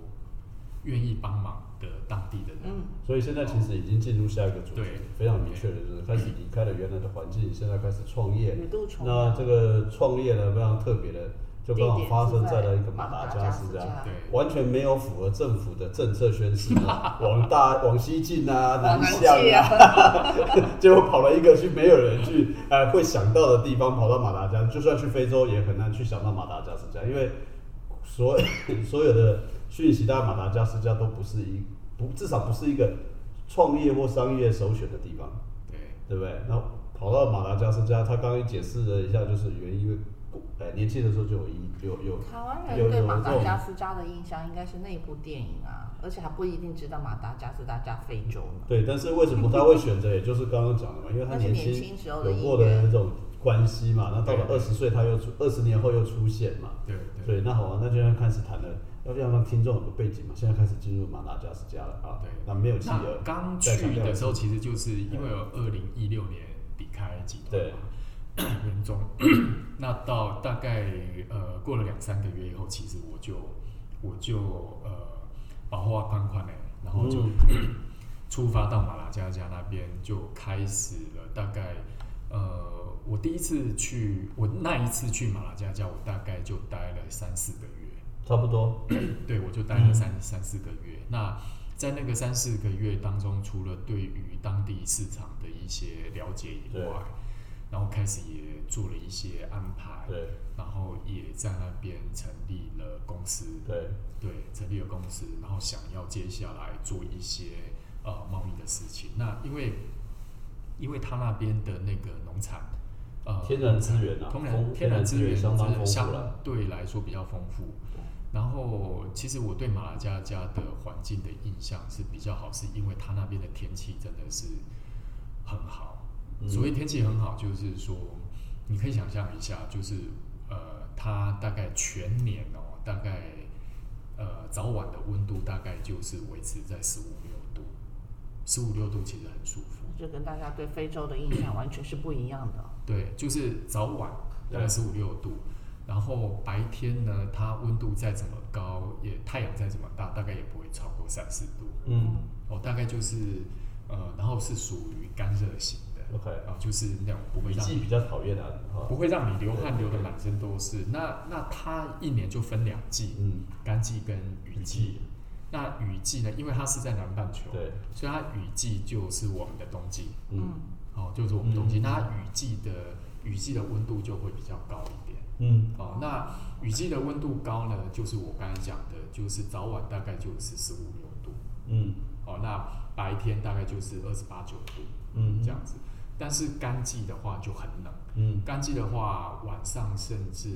[SPEAKER 3] 愿意帮忙的当地的人。
[SPEAKER 1] 嗯，
[SPEAKER 2] 所以现在其实已经进入下一个主题
[SPEAKER 3] 对，
[SPEAKER 2] 非常明确的就是开始离开了原来的环境，现在开始创业。
[SPEAKER 1] 雨度重
[SPEAKER 2] 那这个创业呢，非常特别的，就刚好发生在了一个马达加斯
[SPEAKER 1] 地点是在马达加斯加，
[SPEAKER 2] 加
[SPEAKER 3] 对
[SPEAKER 2] 完全没有符合政府的政策宣示 啊，往大往西进啊，
[SPEAKER 1] 往
[SPEAKER 2] 南
[SPEAKER 1] 南
[SPEAKER 2] 向
[SPEAKER 1] 去啊
[SPEAKER 2] 啊， 结果跑了一个去没有人去呃会想到的地方，跑到马达加，就算去非洲也很难去想到马达加斯加，因为所所有 的讯息，大家马达加斯加都不是一不至少不是一个创业或商业首选的地方。
[SPEAKER 3] 对，
[SPEAKER 2] 对不对？那跑到马达加斯加，他刚刚解释了一下，就是原因，因为呃年轻的时候就有一有有
[SPEAKER 1] 台湾
[SPEAKER 2] 有
[SPEAKER 1] 人对
[SPEAKER 2] 有
[SPEAKER 1] 马
[SPEAKER 2] 这
[SPEAKER 1] 达
[SPEAKER 2] 种
[SPEAKER 1] 加斯加的印象应该是那一部电影啊，而且还不一定知道马达加斯加加非洲呢。
[SPEAKER 2] 对，但是为什么他会选择？也就是刚刚讲的嘛，因为他
[SPEAKER 1] 那是年
[SPEAKER 2] 轻
[SPEAKER 1] 轻时候的
[SPEAKER 2] 有
[SPEAKER 1] 意
[SPEAKER 2] 过的
[SPEAKER 1] 愿
[SPEAKER 2] 那种关系嘛，那到了
[SPEAKER 3] 对
[SPEAKER 2] 二十岁他又出，二十年后又出现嘛，
[SPEAKER 3] 对
[SPEAKER 2] 所
[SPEAKER 3] 对
[SPEAKER 2] 以那好啊，那就要开始谈了，要要让听众有个背景嘛。现在开始进入马达加斯加了啊，
[SPEAKER 3] 对
[SPEAKER 2] 那没有企
[SPEAKER 3] 那
[SPEAKER 2] 鹅，
[SPEAKER 3] 刚
[SPEAKER 2] 再强
[SPEAKER 3] 去
[SPEAKER 2] 调
[SPEAKER 3] 的
[SPEAKER 2] 一
[SPEAKER 3] 时
[SPEAKER 2] 次
[SPEAKER 3] 候，其实就是因为有二零一六年离开集团嘛， 年终，那到大概呃过了两三个月以后，其实我就我就呃保护啊宽宽嘞，然后就、
[SPEAKER 2] 嗯
[SPEAKER 3] 出发到马拉加加那边，就开始了大概呃我第一次去，我那一次去马拉加加，我大概就待了三四个月。
[SPEAKER 2] 差不多，
[SPEAKER 3] 对，我就待
[SPEAKER 2] 嗯
[SPEAKER 3] 了三三四个月。那在那个三四个月当中，除了对于当地市场的一些了解以
[SPEAKER 2] 对
[SPEAKER 3] 外，然后开始也做了一些安排，
[SPEAKER 2] 对
[SPEAKER 3] 然后也在那边成立了公司，
[SPEAKER 2] 对
[SPEAKER 3] 对，成立了公司，然后想要接下来做一些呃贸易的事情。那因为因为他那边的那个农产，呃，
[SPEAKER 2] 天然
[SPEAKER 3] 农产
[SPEAKER 2] 资源啊
[SPEAKER 3] 天
[SPEAKER 2] 丰
[SPEAKER 3] 然天然资
[SPEAKER 2] 天然资
[SPEAKER 3] 源
[SPEAKER 2] 源相当丰富
[SPEAKER 3] 相
[SPEAKER 2] 了
[SPEAKER 3] 对来说比较丰富。然后，其实我对马拉加加的环境的印象是比较好，是因为它那边的天气真的是很好。
[SPEAKER 2] 嗯
[SPEAKER 3] 所谓天气很好，就是说你可以想象一下，就是呃，它大概全年哦，大概呃早晚的温度大概就是维持在十五六度，十五六度其实很舒服。
[SPEAKER 1] 这跟大家对非洲的印象完全是不一样的。
[SPEAKER 3] 对，就是早晚大
[SPEAKER 2] 对
[SPEAKER 3] 概十五六度，然后白天呢，它温度再怎么高，也太阳再怎么大，大概也不会超过三十度。
[SPEAKER 2] 嗯
[SPEAKER 3] 哦，大概就是呃，然后是属于干热型的，
[SPEAKER 2] ，OK，
[SPEAKER 3] 啊、就是那种不会
[SPEAKER 2] 雨
[SPEAKER 3] 让
[SPEAKER 2] 季比较讨厌啊，哈
[SPEAKER 3] 不，会让你流汗流的满身都是。那那它一年就分两季，
[SPEAKER 2] 嗯，
[SPEAKER 3] 干季跟雨
[SPEAKER 2] 雨
[SPEAKER 3] 季
[SPEAKER 2] 季。
[SPEAKER 3] 那雨季呢，因为它是在南半球，
[SPEAKER 2] 对，
[SPEAKER 3] 所以它雨季就是我们的冬季。
[SPEAKER 2] 嗯
[SPEAKER 1] 嗯，
[SPEAKER 3] 哦，就是我们冬季，
[SPEAKER 2] 嗯
[SPEAKER 3] 那它雨季的雨季的温度就会比较高一点。
[SPEAKER 2] 嗯
[SPEAKER 3] 哦，那雨季的温度高呢，就是我刚才讲的，就是早晚大概就是十五六度，
[SPEAKER 2] 嗯
[SPEAKER 3] 哦，那白天大概就是二十八九度
[SPEAKER 2] 嗯，
[SPEAKER 3] 这样子。但是干季的话就很冷，
[SPEAKER 2] 嗯，
[SPEAKER 3] 干季的话晚上甚至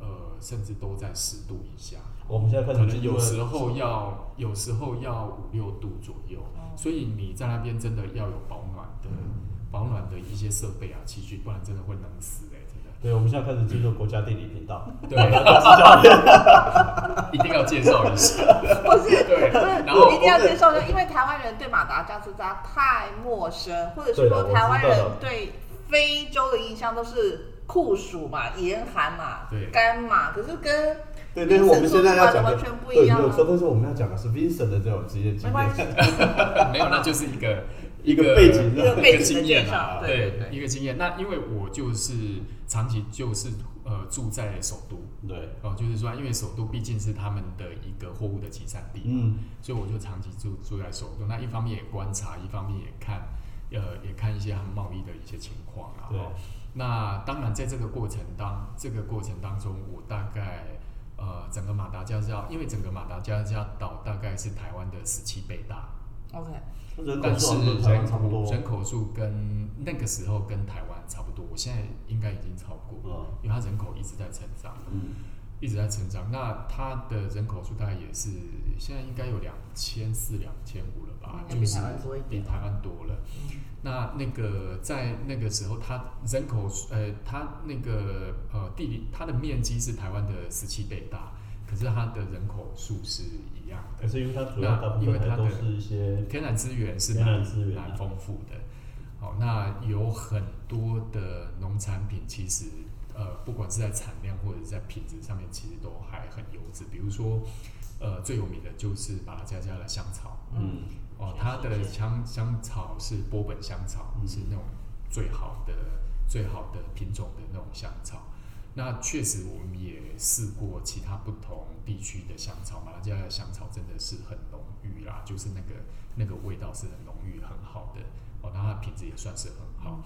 [SPEAKER 3] 呃甚至都在十度以下，
[SPEAKER 2] 我们现在
[SPEAKER 3] 可
[SPEAKER 2] 开始
[SPEAKER 3] 能
[SPEAKER 2] 进入
[SPEAKER 3] 有
[SPEAKER 2] 了
[SPEAKER 3] 时候要有时候要五六度左右，
[SPEAKER 1] 哦
[SPEAKER 3] 所以你在那边真的要有保暖的
[SPEAKER 2] 嗯
[SPEAKER 3] 保暖的一些设备啊器具，不然真的会冷死哎、真的。
[SPEAKER 2] 对，我们现在开始进入国家地理频道，
[SPEAKER 3] 对， 一定要介绍一下。
[SPEAKER 1] 不是，
[SPEAKER 3] 对，然
[SPEAKER 1] 我
[SPEAKER 3] 后
[SPEAKER 1] 一定要接受的，因为台湾人对马达加斯加太陌生，或者
[SPEAKER 2] 对
[SPEAKER 1] 是
[SPEAKER 2] 的
[SPEAKER 1] 说
[SPEAKER 2] 我
[SPEAKER 1] 台湾
[SPEAKER 2] 知道
[SPEAKER 1] 人
[SPEAKER 2] 的
[SPEAKER 1] 对非洲的印象都是酷暑嘛、严寒嘛
[SPEAKER 3] 对、
[SPEAKER 1] 干嘛，可是跟
[SPEAKER 2] 对，但是我们现在要讲的
[SPEAKER 1] 完全，不一
[SPEAKER 2] 对，
[SPEAKER 1] 样
[SPEAKER 2] 没有
[SPEAKER 1] 啊
[SPEAKER 2] 错，但是我们要讲的是 Vincent 的这种职业经
[SPEAKER 1] 没关系
[SPEAKER 2] 验，，
[SPEAKER 3] 没有，那就是一个
[SPEAKER 2] 一个背景
[SPEAKER 1] 一个背景的
[SPEAKER 3] 经验啊
[SPEAKER 1] 介绍，对对对
[SPEAKER 3] 一个经验。那因为我就是长期就是呃住在首都，
[SPEAKER 2] 对，
[SPEAKER 3] 哦、就是说，因为首都毕竟是他们的一个货物的集散地，
[SPEAKER 2] 嗯
[SPEAKER 3] 所以我就长期住住在首都。那一方面也观察，一方面也看，呃，也看一些他们贸易的一些情况啊。
[SPEAKER 2] 对
[SPEAKER 3] 哦那当然，在这个过程当这个过程当中，我大概呃整个马达加斯加，因为整个马达加斯加岛大概是台湾的十七倍大，
[SPEAKER 1] OK，
[SPEAKER 2] 人口
[SPEAKER 3] 但
[SPEAKER 2] 数好像
[SPEAKER 3] 是
[SPEAKER 2] 跟台湾
[SPEAKER 3] 人
[SPEAKER 2] 差不多
[SPEAKER 3] 口，人口数跟那个时候跟台湾差不多，我现在应该已经超过，
[SPEAKER 2] 嗯
[SPEAKER 3] 因为它人口一直在成长。
[SPEAKER 2] 嗯
[SPEAKER 3] 一直在成长。那它的人口数大概也是现在应该有两千四、两千五了吧，
[SPEAKER 1] 嗯
[SPEAKER 3] 啊就
[SPEAKER 1] 比
[SPEAKER 3] 是
[SPEAKER 1] 台湾嗯多一
[SPEAKER 3] 比
[SPEAKER 1] 点
[SPEAKER 3] 台湾多了。那那个在那个时候，它人口数呃，它那个呃地理它的面积是台湾的十七倍大，可是它的人口数是一样的
[SPEAKER 2] 可。是因为它主要大部
[SPEAKER 3] 那因
[SPEAKER 2] 分
[SPEAKER 3] 为
[SPEAKER 2] 还
[SPEAKER 3] 它
[SPEAKER 2] 都
[SPEAKER 3] 的
[SPEAKER 2] 是一些
[SPEAKER 3] 天然资源是
[SPEAKER 2] 天然
[SPEAKER 3] 蛮
[SPEAKER 2] 资源啊
[SPEAKER 3] 蛮丰富的。好，那有很多的农产品，其实呃，不管是在产量或者是在品质上面，其实都还很优质。比如说，呃，最有名的就是马拉加加的香草
[SPEAKER 2] 嗯
[SPEAKER 3] 哦，它的香香草是波本香草，
[SPEAKER 2] 嗯
[SPEAKER 3] 是那种最好的最好的品种的那种香草。那确实，我们也试过其他不同地区的香草，马来西亚的香草真的是很浓郁啦，就是那个那个味道是很浓郁、很好的哦，那它品质也算是很
[SPEAKER 1] 嗯
[SPEAKER 3] 好。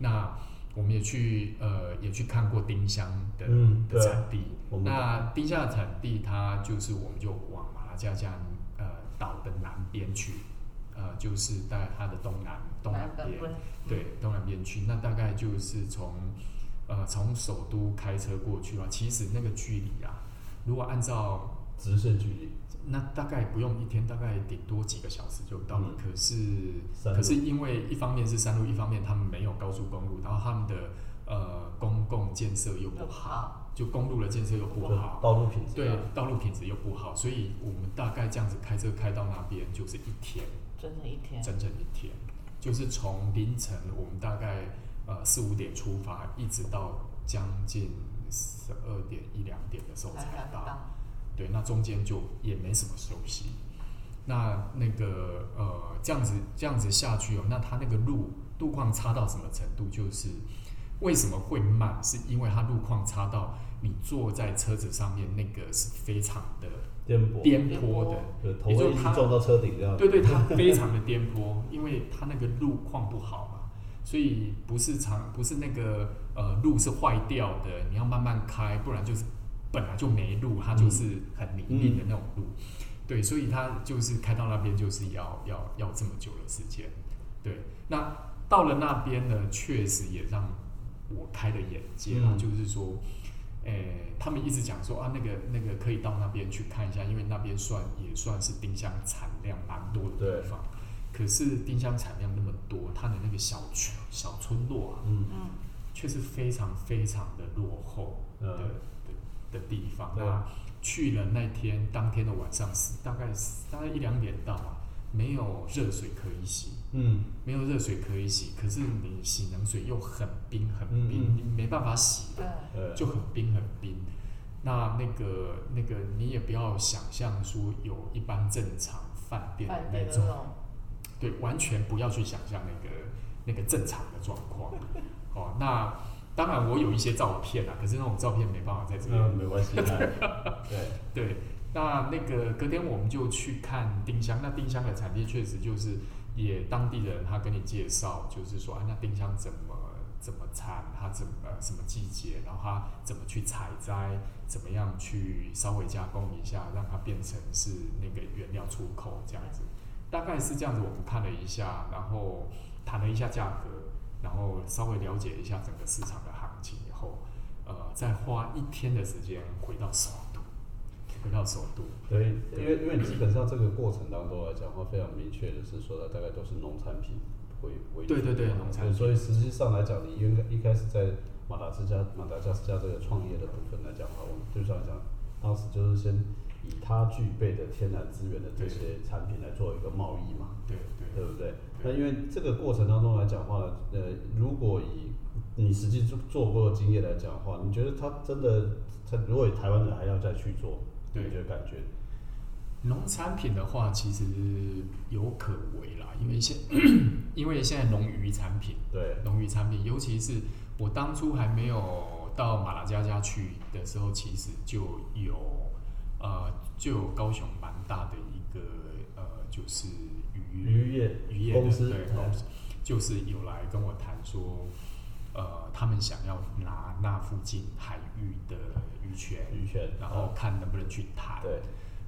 [SPEAKER 3] 那我们也去呃也去看过丁香的、
[SPEAKER 2] 嗯
[SPEAKER 3] 的
[SPEAKER 2] 对
[SPEAKER 3] 产地
[SPEAKER 2] 我，们
[SPEAKER 3] 那丁香的产地它就是我们就往马拉加加呃岛的南边去，呃，就是在它的东南东南
[SPEAKER 1] 南
[SPEAKER 3] 边
[SPEAKER 1] 边，
[SPEAKER 3] 对东南边区，那大概就是从呃从首都开车过去啊，其实那个距离啊，如果按照
[SPEAKER 2] 直线距离，
[SPEAKER 3] 那大概不用一天，大概顶多几个小时就到了。
[SPEAKER 2] 嗯
[SPEAKER 3] 可是
[SPEAKER 2] 山路
[SPEAKER 3] 可是因为一方面是山路，一方面他们没有高速公路，然后他们的呃公共建设又不
[SPEAKER 1] 又不好
[SPEAKER 3] 好，就公路的建设又不
[SPEAKER 2] 就
[SPEAKER 3] 好，
[SPEAKER 2] 道路品质
[SPEAKER 3] 对
[SPEAKER 2] 啊，
[SPEAKER 3] 道路品质又不好，所以我们大概这样子开车开到那边就是一天，
[SPEAKER 1] 整整一天，
[SPEAKER 3] 整整一天，就是从凌晨我们大概呃四五点出发，一直到将近十二点一两点的时候才
[SPEAKER 1] 才
[SPEAKER 3] 到。
[SPEAKER 1] 到。
[SPEAKER 3] 对，那中间就也没什么休息。那那个呃，这样子这样子下去哦，那它那个路路况差到什么程度？就是为什么会慢，是因为它路况差到你坐在车子上面那个是非常的
[SPEAKER 2] 颠簸，
[SPEAKER 3] 颠
[SPEAKER 1] 颠
[SPEAKER 3] 簸
[SPEAKER 1] 簸
[SPEAKER 3] 的，
[SPEAKER 2] 对，头
[SPEAKER 3] 也
[SPEAKER 2] 会
[SPEAKER 3] 就
[SPEAKER 2] 一直
[SPEAKER 3] 它
[SPEAKER 2] 撞到车顶这样。
[SPEAKER 3] 对对，它非常的颠簸， 因为它那个路况不好嘛，所以不是常不是那个呃路是坏掉的，你要慢慢开，不然就是本来就没路，它就是很泥泞的那种路。对，所以它就是开到那边就是要要要这么久的时间。对，那到了那边呢，确实也让我开了眼界啦，
[SPEAKER 2] 嗯
[SPEAKER 3] 就是说。诶、他们一直讲说啊，那个那个可以到那边去看一下，因为那边算也算是丁香产量蛮多的
[SPEAKER 2] 对
[SPEAKER 3] 地方。可是丁香产量那么多，它的那个小村小村落啊，
[SPEAKER 2] 嗯，
[SPEAKER 1] 嗯，
[SPEAKER 3] 却是非常非常的落后的、
[SPEAKER 2] 嗯
[SPEAKER 3] 的的地方。
[SPEAKER 2] 对
[SPEAKER 3] 那去了那天当天的晚上是大概是大概一两点到啊，没有热水可以洗，
[SPEAKER 2] 嗯，
[SPEAKER 3] 没有热水可以洗，可是你洗冷水又很冰很冰，
[SPEAKER 2] 嗯嗯
[SPEAKER 3] 你没办法洗的
[SPEAKER 1] 对，，
[SPEAKER 2] 呃，
[SPEAKER 3] 就很冰很冰。那那个那个你也不要想象说有一般正常饭店的
[SPEAKER 1] 饭店
[SPEAKER 3] 那
[SPEAKER 1] 的
[SPEAKER 3] 种
[SPEAKER 1] 那种，
[SPEAKER 3] 对，完全不要去想象那个那个正常的状况。哦，那当然我有一些照片啊，可是那种照片没办法在这边。
[SPEAKER 2] 那没关系，那对，
[SPEAKER 3] 对，那那个隔天我们就去看丁香，那丁香的产地确实就是也当地人他跟你介绍，就是说啊，那丁香怎么怎么产，它怎么、呃什么季节，然后它怎么去采摘，怎么样去稍微加工一下，让它变成是那个原料出口这样子。大概是这样子，我们看了一下，然后谈了一下价格，然后稍微了解一下整个市场的行情以后，呃，再花一天的时间回到首都，回到首都，
[SPEAKER 2] 所以因为因为基本上这个过程当中来讲，会非常明确的是说的，大概都是农产品为为主
[SPEAKER 3] 对对对农产品
[SPEAKER 2] 所以实际上来讲，你应该一开始在马达之家马达加斯加这个创业的部分来讲的话，我们就像讲，当时就是先以它具备的天然资源的这些产品来做一个贸易嘛，
[SPEAKER 3] 对对
[SPEAKER 2] 对不对？那
[SPEAKER 3] 对
[SPEAKER 2] 因为这个过程当中来讲话呢，呃，如果以你实际做做过的经验来讲的话，你觉得它真的，它如果以台湾人还要再去做，
[SPEAKER 3] 对
[SPEAKER 2] 你觉得感觉？
[SPEAKER 3] 农产品的话，其实有可为啦，因为现 因为现在农渔产品，
[SPEAKER 2] 对，
[SPEAKER 3] 农渔产品，尤其是我当初还没有到马拉加加去的时候，其实就有呃就有高雄蛮大的一个呃就是渔
[SPEAKER 2] 渔业
[SPEAKER 3] 渔业的
[SPEAKER 2] 公司
[SPEAKER 3] 对
[SPEAKER 2] 嗯
[SPEAKER 3] 公司，就是有来跟我谈说，呃，他们想要拿那附近海域的渔权，
[SPEAKER 2] 渔权，
[SPEAKER 3] 然后看能不能去谈。
[SPEAKER 2] 对，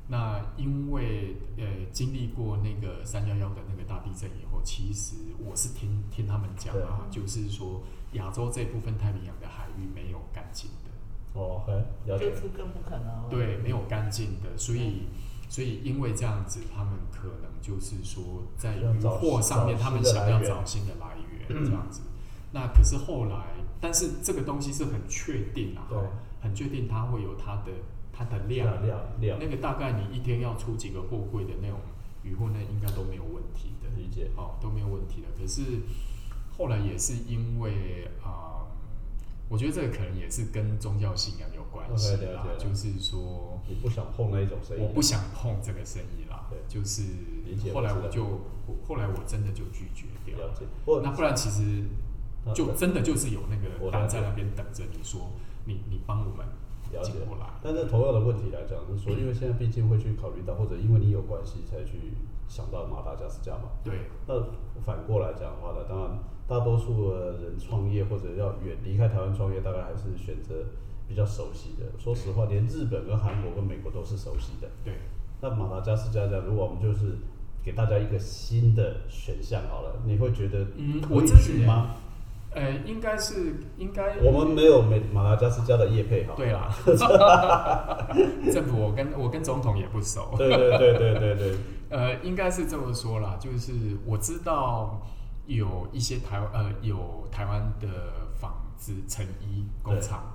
[SPEAKER 3] 那因为呃经历过那个三幺幺的那个大地震以后，其实我是听听他们讲啊，就是说亚洲这部分太平洋的海域没有干净的，
[SPEAKER 2] 哦，很了解
[SPEAKER 1] 这，次更不可能了。
[SPEAKER 3] 对，没有干净的，所以所以因为这样子，他们可能就是说在
[SPEAKER 2] 要
[SPEAKER 3] 渔
[SPEAKER 2] 找嗯
[SPEAKER 3] 获上面，
[SPEAKER 2] 找
[SPEAKER 3] 他们
[SPEAKER 2] 新的
[SPEAKER 3] 想要
[SPEAKER 2] 来源
[SPEAKER 3] 找新的来源这样子。那可是后来，但是这个东西是很确定啊
[SPEAKER 2] 对，
[SPEAKER 3] 很确定它会有它的它的
[SPEAKER 2] 量量量
[SPEAKER 3] 那个大概你一天要出几个货柜的那种鱼货，那应该都没有问题的，
[SPEAKER 2] 理解，
[SPEAKER 3] 哦，都没有问题的。可是后来也是因为啊、我觉得这个可能也是跟宗教信仰有关系
[SPEAKER 2] OK，了
[SPEAKER 3] 啦
[SPEAKER 2] 解了
[SPEAKER 3] 就是说
[SPEAKER 2] 你不想碰那一种生意，
[SPEAKER 3] 我不想碰这个生意啦
[SPEAKER 2] 对，
[SPEAKER 3] 就是
[SPEAKER 2] 理解
[SPEAKER 3] 后来
[SPEAKER 2] 我知
[SPEAKER 3] 我
[SPEAKER 2] 道
[SPEAKER 3] 就后来我真的就拒绝掉
[SPEAKER 2] 了
[SPEAKER 3] 了。
[SPEAKER 2] 解，不
[SPEAKER 3] 那不然其实
[SPEAKER 2] 那
[SPEAKER 3] 就
[SPEAKER 2] 那
[SPEAKER 3] 真的就是有那
[SPEAKER 2] 嗯我
[SPEAKER 3] 个
[SPEAKER 2] 了
[SPEAKER 3] 单
[SPEAKER 2] 解
[SPEAKER 3] 在那边等着你说你你帮我们
[SPEAKER 2] 了
[SPEAKER 3] 进
[SPEAKER 2] 解
[SPEAKER 3] 过来，
[SPEAKER 2] 但是同样的问题来讲，是说，因为现在毕竟会去考虑到，或者因为你有关系才去想到马达加斯加嘛。
[SPEAKER 3] 对
[SPEAKER 2] 那反过来讲的话呢，当然大多数的人创业或者要远离开台湾创业，大概还是选择比较熟悉的。说实话，连日本跟韩国跟美国都是熟悉的。
[SPEAKER 3] 对
[SPEAKER 2] 那马达加斯加这样，如果我们就是给大家一个新的选项好了，你会觉得
[SPEAKER 3] 嗯
[SPEAKER 2] 可
[SPEAKER 3] 我
[SPEAKER 2] 以
[SPEAKER 3] 自
[SPEAKER 2] 去
[SPEAKER 3] 己
[SPEAKER 2] 吗？
[SPEAKER 3] 呃，应该是应该
[SPEAKER 2] 我们没有美马达加斯加的业配好，
[SPEAKER 3] 对啦， 政府我跟我跟总统也不熟，
[SPEAKER 2] 对对对对对对，
[SPEAKER 3] 呃，应该是这么说啦，就是我知道有一些台湾呃有台湾的纺织成衣工厂，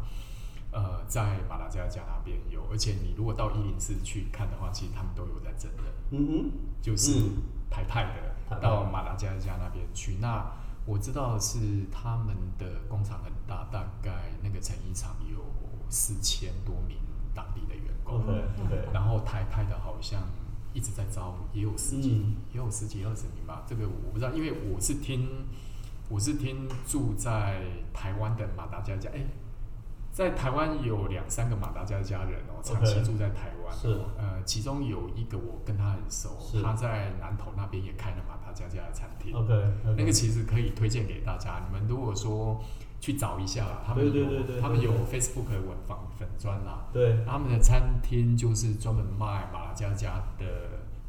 [SPEAKER 3] 呃，在马达加斯加那边有，而且你如果到一零四去看的话，其实他们都有在真人，
[SPEAKER 2] 嗯哼，
[SPEAKER 3] 就是
[SPEAKER 2] 嗯
[SPEAKER 3] 台派
[SPEAKER 2] 台
[SPEAKER 3] 的、
[SPEAKER 2] 派
[SPEAKER 3] 到马达加斯加那边去。那我知道的是他们的工厂很大，大概那个成衣厂有四千多名当地的员工。
[SPEAKER 2] OK OK，
[SPEAKER 3] 然后台派的好像一直在招，也有十几，
[SPEAKER 2] 嗯
[SPEAKER 3] 也有十几二十名吧。这个我不知道，因为我是听我是听住在台湾的马达加斯加，哎，在台湾有两三个马达加斯加人哦，长期
[SPEAKER 2] OK
[SPEAKER 3] 住在台湾。
[SPEAKER 2] 是
[SPEAKER 3] 呃，其中有一个我跟他很熟
[SPEAKER 2] 是，哦
[SPEAKER 3] 他在南投那边也开了马达加斯加的餐厅。
[SPEAKER 2] OK
[SPEAKER 3] 那
[SPEAKER 2] OK，
[SPEAKER 3] 个其实可以推荐给大家，你们如果说去找一下啦，他们有
[SPEAKER 2] 对对对对对
[SPEAKER 3] 他们有 Facebook 的文房粉砖啦，
[SPEAKER 2] 对
[SPEAKER 3] 他们的餐厅就是专门卖马拉加加的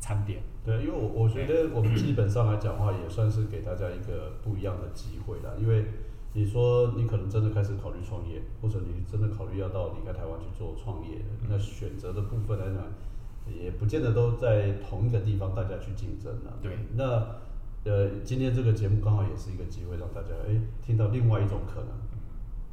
[SPEAKER 3] 餐点。
[SPEAKER 2] 对，因为我我觉得我们基本上来讲的话，也算是给大家一个不一样的机会啦。因为你说你可能真的开始考虑创业，或者你真的考虑要到离开台湾去做创业，
[SPEAKER 3] 嗯
[SPEAKER 2] 那选择的部分来讲，也不见得都在同一个地方大家去竞争了。
[SPEAKER 3] 对，
[SPEAKER 2] 那呃，今天这个节目刚好也是一个机会，让大家哎听到另外一种可能，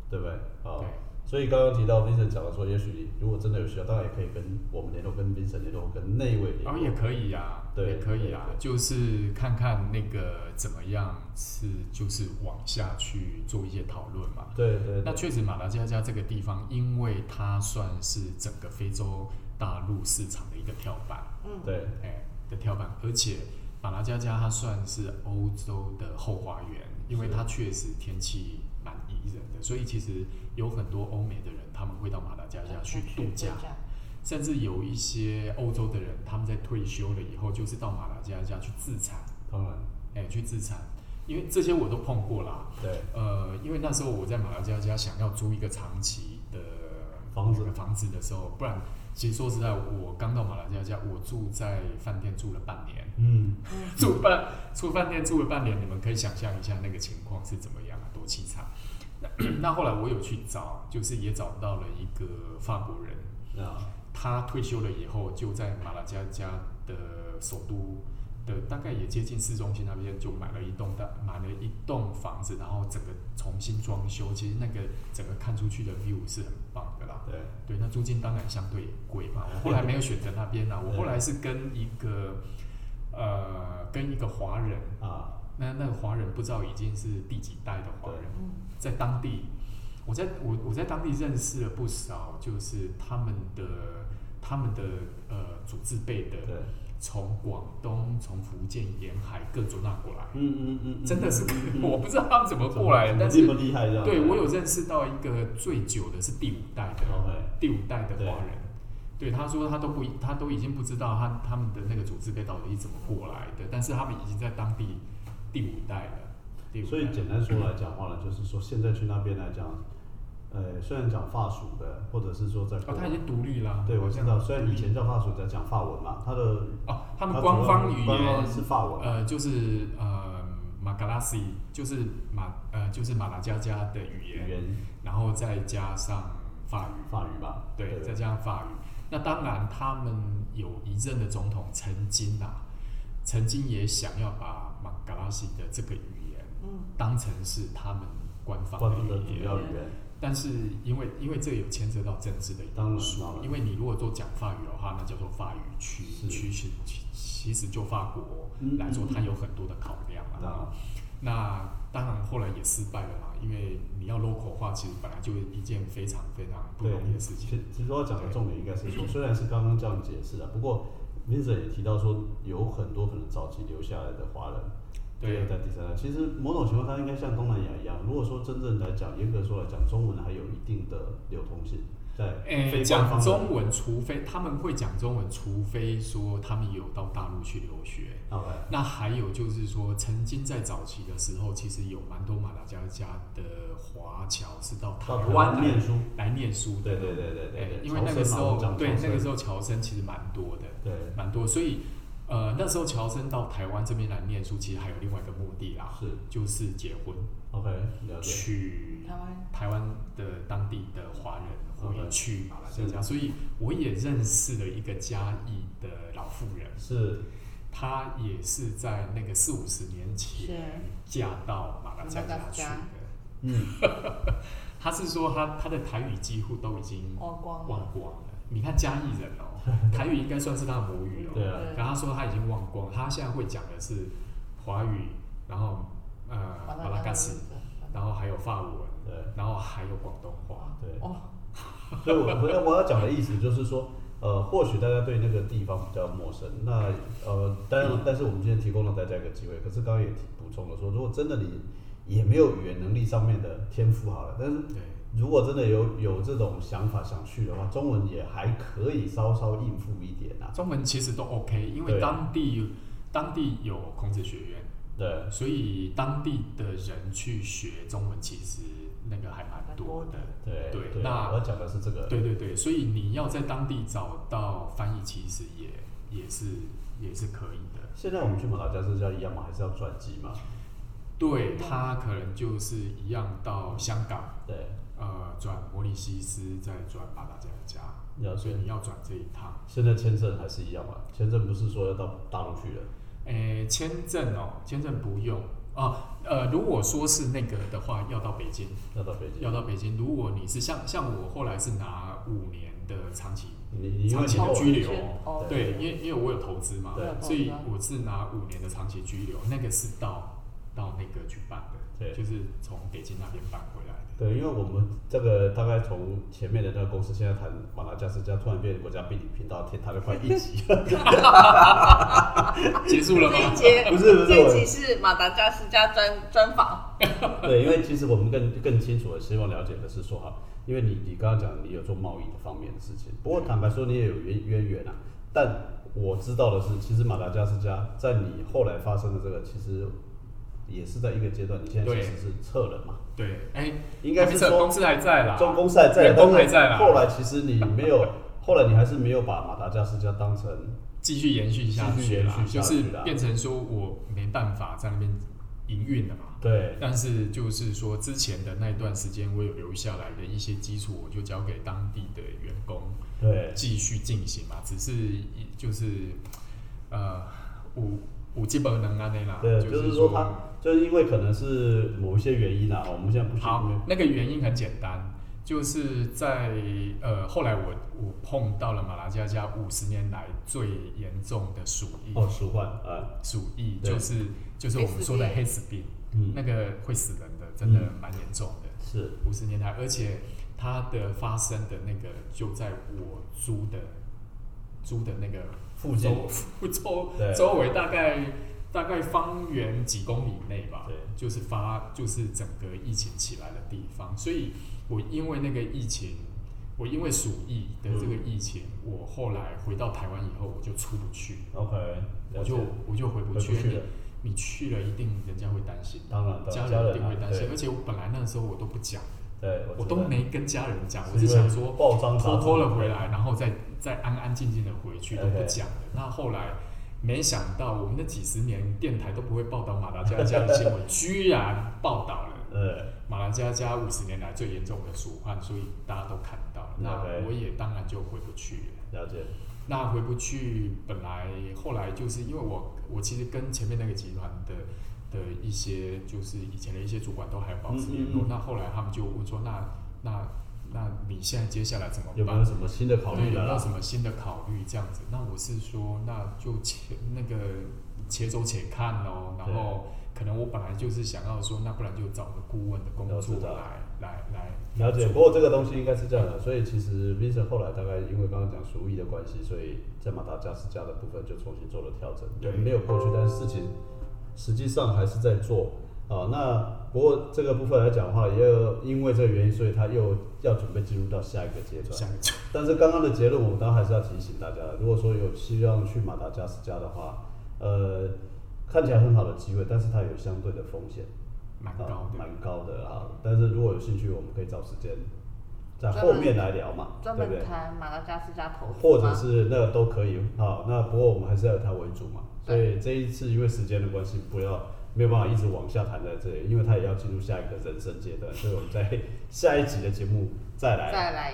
[SPEAKER 2] 对不对？啊、
[SPEAKER 3] 嗯对
[SPEAKER 2] 所以刚刚提到 Vincent 讲的说，也许你如果真的有需要，当然也可以跟我们联络，跟 Vincent 联络，跟那一位联络。
[SPEAKER 3] 然后哦也可以呀、
[SPEAKER 2] 对
[SPEAKER 3] 也可以啊，就是看看那个怎么样是就是往下去做一些讨论嘛。
[SPEAKER 2] 对对
[SPEAKER 3] 那
[SPEAKER 2] 对，
[SPEAKER 3] 确实，马达加加这个地方，因为它算是整个非洲大陆市场的一个跳板，
[SPEAKER 1] 嗯，
[SPEAKER 2] 对，
[SPEAKER 3] 哎的跳板，而且马达加加它算是欧洲的后花园，因为它确实天气蛮宜人的，所以其实有很多欧美的人他们会到马达加加去度假，
[SPEAKER 1] 哦
[SPEAKER 3] 甚至有一些欧洲的人他们在退休了以后就是到马达加加去自产，
[SPEAKER 2] 当然，
[SPEAKER 3] 哎，去自产，因为这些我都碰过啦。
[SPEAKER 2] 对，
[SPEAKER 3] 呃，因为那时候我在马达加斯加想要租一个长期的
[SPEAKER 2] 房子
[SPEAKER 3] 房子的时候，不然其实说实在，我刚到马达加斯加，我住在饭店住了半年，
[SPEAKER 2] 嗯，
[SPEAKER 3] 住半住饭店住了半年，你们可以想象一下那个情况是怎么样啊，多凄惨。 那那后来我有去找，就是也找到了一个法国人，
[SPEAKER 2] 那
[SPEAKER 3] 他退休了以后就在马达加斯加的首都的大概也接近市中心那边就买了一栋大买了一栋房子，然后整个重新装修，其实那个整个看出去的 view 是很棒的啦。
[SPEAKER 2] 对，
[SPEAKER 3] 对，那租金当然相对也贵嘛。我后来没有选择那边啦，我后来是跟一个呃跟一个华人，
[SPEAKER 2] 啊，
[SPEAKER 3] 那那个华人不知道已经是第几代的华人
[SPEAKER 2] 对，
[SPEAKER 1] 嗯，
[SPEAKER 3] 在当地，我在我我在当地认识了不少，就是他们的他们的呃祖字辈的，
[SPEAKER 2] 对，
[SPEAKER 3] 从广东、从福建沿海各州那过来，
[SPEAKER 2] 嗯嗯嗯，
[SPEAKER 3] 真的是、
[SPEAKER 2] 嗯
[SPEAKER 3] 我不知道他们怎么过来的，但
[SPEAKER 2] 这
[SPEAKER 3] 是
[SPEAKER 2] 么厉害这样，
[SPEAKER 3] 对我有认识到一个最久的是第五代的
[SPEAKER 2] OK
[SPEAKER 3] 第五代的华人。对，他说他都不，他都已经不知道他他们的那个组织辈到底是怎么过来的，但是他们已经在当地第五代了。第五代
[SPEAKER 2] 所以简单说来讲话呢，就是说现在去那边来讲，呃，虽然讲法属的，或者是说在国
[SPEAKER 3] 哦，他已经独立了。
[SPEAKER 2] 对，我知道，虽然以
[SPEAKER 3] 独立
[SPEAKER 2] 前叫法属在讲法文嘛，他的
[SPEAKER 3] 哦，
[SPEAKER 2] 它
[SPEAKER 3] 他们
[SPEAKER 2] 主要
[SPEAKER 3] 官方语
[SPEAKER 2] 官
[SPEAKER 3] 言
[SPEAKER 2] 方是法文，
[SPEAKER 3] 呃就是呃马嘎拉西，就是马呃就是马达加加的语
[SPEAKER 2] 语
[SPEAKER 3] 言，
[SPEAKER 2] 言
[SPEAKER 3] 然后再加上法语，
[SPEAKER 2] 法语吧，
[SPEAKER 3] 对，再
[SPEAKER 2] 对，
[SPEAKER 3] 加上法语。那当然，他们有一任的总统曾经啊，曾经也想要把马嘎拉西的这个语言
[SPEAKER 1] 嗯，
[SPEAKER 3] 当成是他们官方
[SPEAKER 2] 官方
[SPEAKER 3] 的
[SPEAKER 2] 的
[SPEAKER 3] 语
[SPEAKER 2] 主
[SPEAKER 3] 言，
[SPEAKER 2] 要语言，
[SPEAKER 3] 但是因为因为这有牵涉到政治的
[SPEAKER 2] 当
[SPEAKER 3] 因
[SPEAKER 2] 然
[SPEAKER 3] 素
[SPEAKER 2] 当，然
[SPEAKER 3] 因为你如果做讲法语的话，那叫做法语区
[SPEAKER 2] 是
[SPEAKER 3] 区是其其实就法国
[SPEAKER 2] 嗯
[SPEAKER 3] 来说
[SPEAKER 2] 嗯，嗯
[SPEAKER 3] 它有很多的考量
[SPEAKER 2] 当然
[SPEAKER 3] 啊。那当然后来也失败了嘛，因为你要 local 化，其实本来就一件非常非常不
[SPEAKER 2] 对
[SPEAKER 3] 容易的事情。
[SPEAKER 2] 其其实我要讲的重点应该是说，虽然是刚刚这样解释的，不过 Vincent 也提到说，有很多可能早期留下来的华人，
[SPEAKER 3] 对
[SPEAKER 2] 第二代、第三代，其实某种情况它应该像东南亚一样，如果说真正来讲，严格说来讲，中文还有一定的流通性，在
[SPEAKER 3] 诶，
[SPEAKER 2] 非官
[SPEAKER 3] 讲
[SPEAKER 2] 方的
[SPEAKER 3] 中文，除非他们会讲中文，除非说他们有到大陆去留学。
[SPEAKER 2] 好来，
[SPEAKER 3] 那还有就是说，曾经在早期的时候，其实有蛮多马达加斯加的华侨是到台
[SPEAKER 2] 到台
[SPEAKER 3] 湾
[SPEAKER 2] 湾
[SPEAKER 3] 来
[SPEAKER 2] 念书，
[SPEAKER 3] 来念书的。
[SPEAKER 2] 对对对对对
[SPEAKER 3] 哎
[SPEAKER 2] 对，
[SPEAKER 3] 因为那个时候对那个时
[SPEAKER 2] 候
[SPEAKER 3] 候侨生其实蛮多的，
[SPEAKER 2] 对
[SPEAKER 3] 蛮多，所以呃，那时候乔生到台湾这边来念书，其实还有另外一个目的啦，
[SPEAKER 2] 是
[SPEAKER 3] 就是结婚，
[SPEAKER 2] OK，了解。
[SPEAKER 3] 娶
[SPEAKER 1] 台湾
[SPEAKER 3] 台湾的当地的华人回
[SPEAKER 2] OK
[SPEAKER 3] 去马来西亚，
[SPEAKER 2] 嗯是
[SPEAKER 3] 所以我也认识了一个嘉义的老妇人，
[SPEAKER 2] 是
[SPEAKER 3] 她也是在那个四五十年前嫁到马来西
[SPEAKER 1] 马
[SPEAKER 3] 亚
[SPEAKER 1] 来
[SPEAKER 3] 去
[SPEAKER 1] 西亚
[SPEAKER 3] 的。
[SPEAKER 2] 嗯，
[SPEAKER 3] 她是说她她的台语几乎都已经
[SPEAKER 1] 忘光了，
[SPEAKER 3] 忘光了。你看嘉义人哦， 台语应该算是他的母语哦。
[SPEAKER 2] 对啊，
[SPEAKER 3] 然后他说他已经忘光了，他现在会讲的是华语，然后呃
[SPEAKER 1] 完了
[SPEAKER 3] 马拉嘎斯，，
[SPEAKER 1] 完了
[SPEAKER 3] 然后还有法文，
[SPEAKER 2] 对
[SPEAKER 3] 然后还有广东话。
[SPEAKER 2] 对。
[SPEAKER 1] 哦，
[SPEAKER 2] 所以我我要我要讲的意思就是说，呃，或许大家对那个地方比较陌生，那呃，当
[SPEAKER 3] 嗯
[SPEAKER 2] 然，但是我们今天提供了大家一个机会，可是刚刚也提补充了说，如果真的你也没有语言能力上面的天赋好了，但是
[SPEAKER 3] 对，
[SPEAKER 2] 如果真的有有这种想法想去的话，中文也还可以稍稍应付一点啊。
[SPEAKER 3] 中文其实都 OK，因为
[SPEAKER 2] 对
[SPEAKER 3] 当地当地有孔子学院，
[SPEAKER 2] 对，
[SPEAKER 3] 呃所以当地的人去学中文，其实那个还蛮多的。
[SPEAKER 2] 对，
[SPEAKER 3] 对
[SPEAKER 2] 对，
[SPEAKER 3] 那
[SPEAKER 2] 我要讲的是这个。
[SPEAKER 3] 对对对，所以你要在当地找到翻译，其实也也是也是可以的。
[SPEAKER 2] 现在我们去马达加斯加一样嘛，还是要转机嘛？
[SPEAKER 3] 对他可能就是一样到香港，
[SPEAKER 2] 对，
[SPEAKER 3] 呃，转摩里西斯，再转马达加斯加，
[SPEAKER 2] 了
[SPEAKER 3] 所
[SPEAKER 2] 解
[SPEAKER 3] 以。你要转这一趟。
[SPEAKER 2] 现在签证还是一样嘛？签证不是说要到大陆去了？
[SPEAKER 3] 诶，签证哦，签证不用啊。呃，如果说是那个的话，要到北京，
[SPEAKER 2] 要到北京？
[SPEAKER 3] 要到北京。如果你是像像我后来是拿五年的长期，
[SPEAKER 2] 你你因为
[SPEAKER 3] 长期
[SPEAKER 2] 你
[SPEAKER 3] 的
[SPEAKER 2] 有
[SPEAKER 3] 居留
[SPEAKER 1] 哦，
[SPEAKER 3] 对，因为因为我有投资嘛，
[SPEAKER 2] 对
[SPEAKER 3] 所以我是拿五年的长期居留，那个是到到那个去办的，
[SPEAKER 2] 对
[SPEAKER 3] 就是从北京那边办回来的。
[SPEAKER 2] 对，因为我们这个大概从前面的那个公司，现在谈马达加斯加，突然变国家地理频道，天谈了快一 集了。
[SPEAKER 3] 结束了
[SPEAKER 1] 这一
[SPEAKER 3] 吗？
[SPEAKER 1] 节
[SPEAKER 2] 不是不是
[SPEAKER 1] 这一
[SPEAKER 2] 我
[SPEAKER 1] 集是马达加斯加专专访，
[SPEAKER 2] 对，因为其实我们更更清楚的希望了解的是说哈，因为你你刚刚讲你有做贸易的方面的事情，不过坦白说你也有渊渊源啊。但我知道的是，其实马达加斯加在你后来发生的这个，其实也是在一个阶段，你现在其
[SPEAKER 3] 对
[SPEAKER 2] 实是撤了嘛，
[SPEAKER 3] 对，哎，
[SPEAKER 2] 应该
[SPEAKER 3] 还没
[SPEAKER 2] 是
[SPEAKER 3] 撤
[SPEAKER 2] 说
[SPEAKER 3] 公司还在啦，
[SPEAKER 2] 中公赛在，
[SPEAKER 3] 员工
[SPEAKER 2] 但是
[SPEAKER 3] 还在啦
[SPEAKER 2] 后来其实你没有， 后来你还是没有把马达加斯加当成
[SPEAKER 3] 继续延续下
[SPEAKER 2] 继续
[SPEAKER 3] 去
[SPEAKER 2] 延
[SPEAKER 3] 啦，
[SPEAKER 2] 续下去
[SPEAKER 3] 就
[SPEAKER 2] 啦
[SPEAKER 3] 是变成说我没办法在那边营运了嘛。
[SPEAKER 2] 对
[SPEAKER 3] 但是就是说之前的那一段时间，我有留下来的一些基础，我就交给当地的员工
[SPEAKER 2] 对
[SPEAKER 3] 继续进行嘛。只是就是呃，五五基本能安内啦，
[SPEAKER 2] 对，
[SPEAKER 3] 就
[SPEAKER 2] 就是是说他就是因为可能是某一些原因啊，我们现在不是
[SPEAKER 3] 好
[SPEAKER 2] 因为，
[SPEAKER 3] 那个原因很简单，就是在呃后来我我碰到了马来西亚五十年来最严重的鼠疫。
[SPEAKER 2] 哦鼠患啊，
[SPEAKER 3] 鼠疫
[SPEAKER 2] 对
[SPEAKER 3] 就是就是我们说的黑死病，
[SPEAKER 2] 嗯，
[SPEAKER 3] 那个会死人的，真的蛮严重的。
[SPEAKER 2] 是
[SPEAKER 3] 五十年来，而且它的发生的那个就在我租的租的那个
[SPEAKER 2] 附近
[SPEAKER 3] 周附周
[SPEAKER 2] 对
[SPEAKER 3] 周围大概大概方圆几公里内吧
[SPEAKER 2] 对，
[SPEAKER 3] 就是发就是整个疫情起来的地方。所以我因为那个疫情，我因为鼠疫的这个疫情，我后来回到台湾以后，我就出不去。
[SPEAKER 2] OK，
[SPEAKER 3] 我就
[SPEAKER 2] 了解
[SPEAKER 3] 我就回不
[SPEAKER 2] 回
[SPEAKER 3] 去，
[SPEAKER 2] 不去
[SPEAKER 3] 你
[SPEAKER 2] 了
[SPEAKER 3] 你去了一定人家会担心，
[SPEAKER 2] 当然当
[SPEAKER 3] 家
[SPEAKER 2] 然
[SPEAKER 3] 人
[SPEAKER 2] 家人
[SPEAKER 3] 一定
[SPEAKER 2] 啊
[SPEAKER 3] 会担心
[SPEAKER 2] 对。
[SPEAKER 3] 而且我本来那时候我都不讲，
[SPEAKER 2] 对，
[SPEAKER 3] 我
[SPEAKER 2] 知
[SPEAKER 3] 都
[SPEAKER 2] 道
[SPEAKER 3] 没跟家人讲，我
[SPEAKER 2] 是
[SPEAKER 3] 是
[SPEAKER 2] 因为
[SPEAKER 3] 想说
[SPEAKER 2] 报章杂
[SPEAKER 3] 偷
[SPEAKER 2] 志
[SPEAKER 3] 偷的回来，然后再再安安静静的回去都
[SPEAKER 2] OK
[SPEAKER 3] 不讲的。那后来没想到，我们那几十年电台都不会报道马达加加的新闻， 居然报道了。
[SPEAKER 2] 呃，
[SPEAKER 3] 马来加加五十年来最严重的鼠患，所以大家都看到了。那
[SPEAKER 2] OK
[SPEAKER 3] 我也当然就回不去了。
[SPEAKER 2] 了解，
[SPEAKER 3] 那回不去，本来后来就是因为我我其实跟前面那个集团的的一些就是以前的一些主管都还有保持联
[SPEAKER 2] 嗯
[SPEAKER 3] 络。
[SPEAKER 2] 嗯嗯
[SPEAKER 3] 那后来他们就问说，那那那你现在接下来怎么
[SPEAKER 2] 有没
[SPEAKER 3] 办
[SPEAKER 2] 有？什么新的考
[SPEAKER 3] 对
[SPEAKER 2] 虑
[SPEAKER 3] 有
[SPEAKER 2] 的
[SPEAKER 3] 没有
[SPEAKER 2] 啦？
[SPEAKER 3] 什么新的考虑？这样子，那我是说，那就且那个且走且看咯。然后可能我本来就是想要说，那不然就找个顾问的工
[SPEAKER 2] 了
[SPEAKER 3] 作
[SPEAKER 2] 解的
[SPEAKER 3] 来来来
[SPEAKER 2] 了解，不过这个东西应该是这样的，所以其实 Vincent 后来大概因为刚刚讲鼠疫的关系，所以在马达加斯加的部分就重新做了调整，
[SPEAKER 3] 对
[SPEAKER 2] 人没有过去，但是事情实际上还是在做啊。那不过这个部分来讲的话，也有因为这个原因，所以他又要准备进入到下一个阶段。
[SPEAKER 3] 想一下
[SPEAKER 2] 但是刚刚的结论，我们当然还是要提醒大家，如果说有希望去马达加斯加的话，呃，看起来很好的机会，但是它有相对的风险，
[SPEAKER 3] 蛮
[SPEAKER 2] 啊
[SPEAKER 3] 高的。
[SPEAKER 2] 蛮高的啊。但是如果有兴趣，我们可以找时间在
[SPEAKER 1] 专
[SPEAKER 2] 后
[SPEAKER 1] 门
[SPEAKER 2] 面来聊嘛，
[SPEAKER 1] 专
[SPEAKER 2] 对不
[SPEAKER 1] 门
[SPEAKER 2] 对？
[SPEAKER 1] 谈马达加斯加投资吗
[SPEAKER 2] 或者是那个都可以好，那不过我们还是要以它为主嘛，所以这一次因为时间的关系，不要没有办法一直往下谈在这里，因为它也要进入下一个人生阶段，所以我们在 下一集的节目再来
[SPEAKER 1] 再来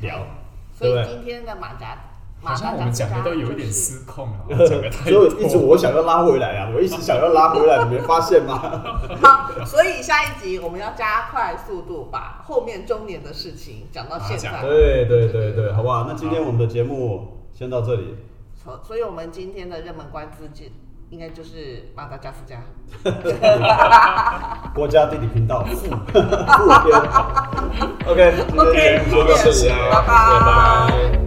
[SPEAKER 2] 聊。
[SPEAKER 1] 所
[SPEAKER 2] 对
[SPEAKER 1] 以
[SPEAKER 2] 不对
[SPEAKER 1] 今天的马达马达
[SPEAKER 3] 好像我
[SPEAKER 1] 加
[SPEAKER 3] 们
[SPEAKER 1] 斯
[SPEAKER 3] 讲
[SPEAKER 1] 加
[SPEAKER 3] 的都有一
[SPEAKER 1] 就
[SPEAKER 3] 点
[SPEAKER 1] 是
[SPEAKER 3] 失控了，
[SPEAKER 2] 所
[SPEAKER 3] 讲的太多。
[SPEAKER 2] 以一直我想要拉回来啊，我一直想要拉回来，你没发现吗？
[SPEAKER 1] 好，所以下一集我们要加快速度，把后面中年的事情讲到现
[SPEAKER 3] 把
[SPEAKER 1] 在
[SPEAKER 3] 它讲。
[SPEAKER 2] 对对对对，好不好？那今天我们的节目先到这里，
[SPEAKER 1] 所所以，我们今天的热门关资金应该就是马达加斯加。
[SPEAKER 2] 国家地理频道 副副片。OK，今天节目就到这
[SPEAKER 1] OK，
[SPEAKER 2] 里啊，谢谢拜拜。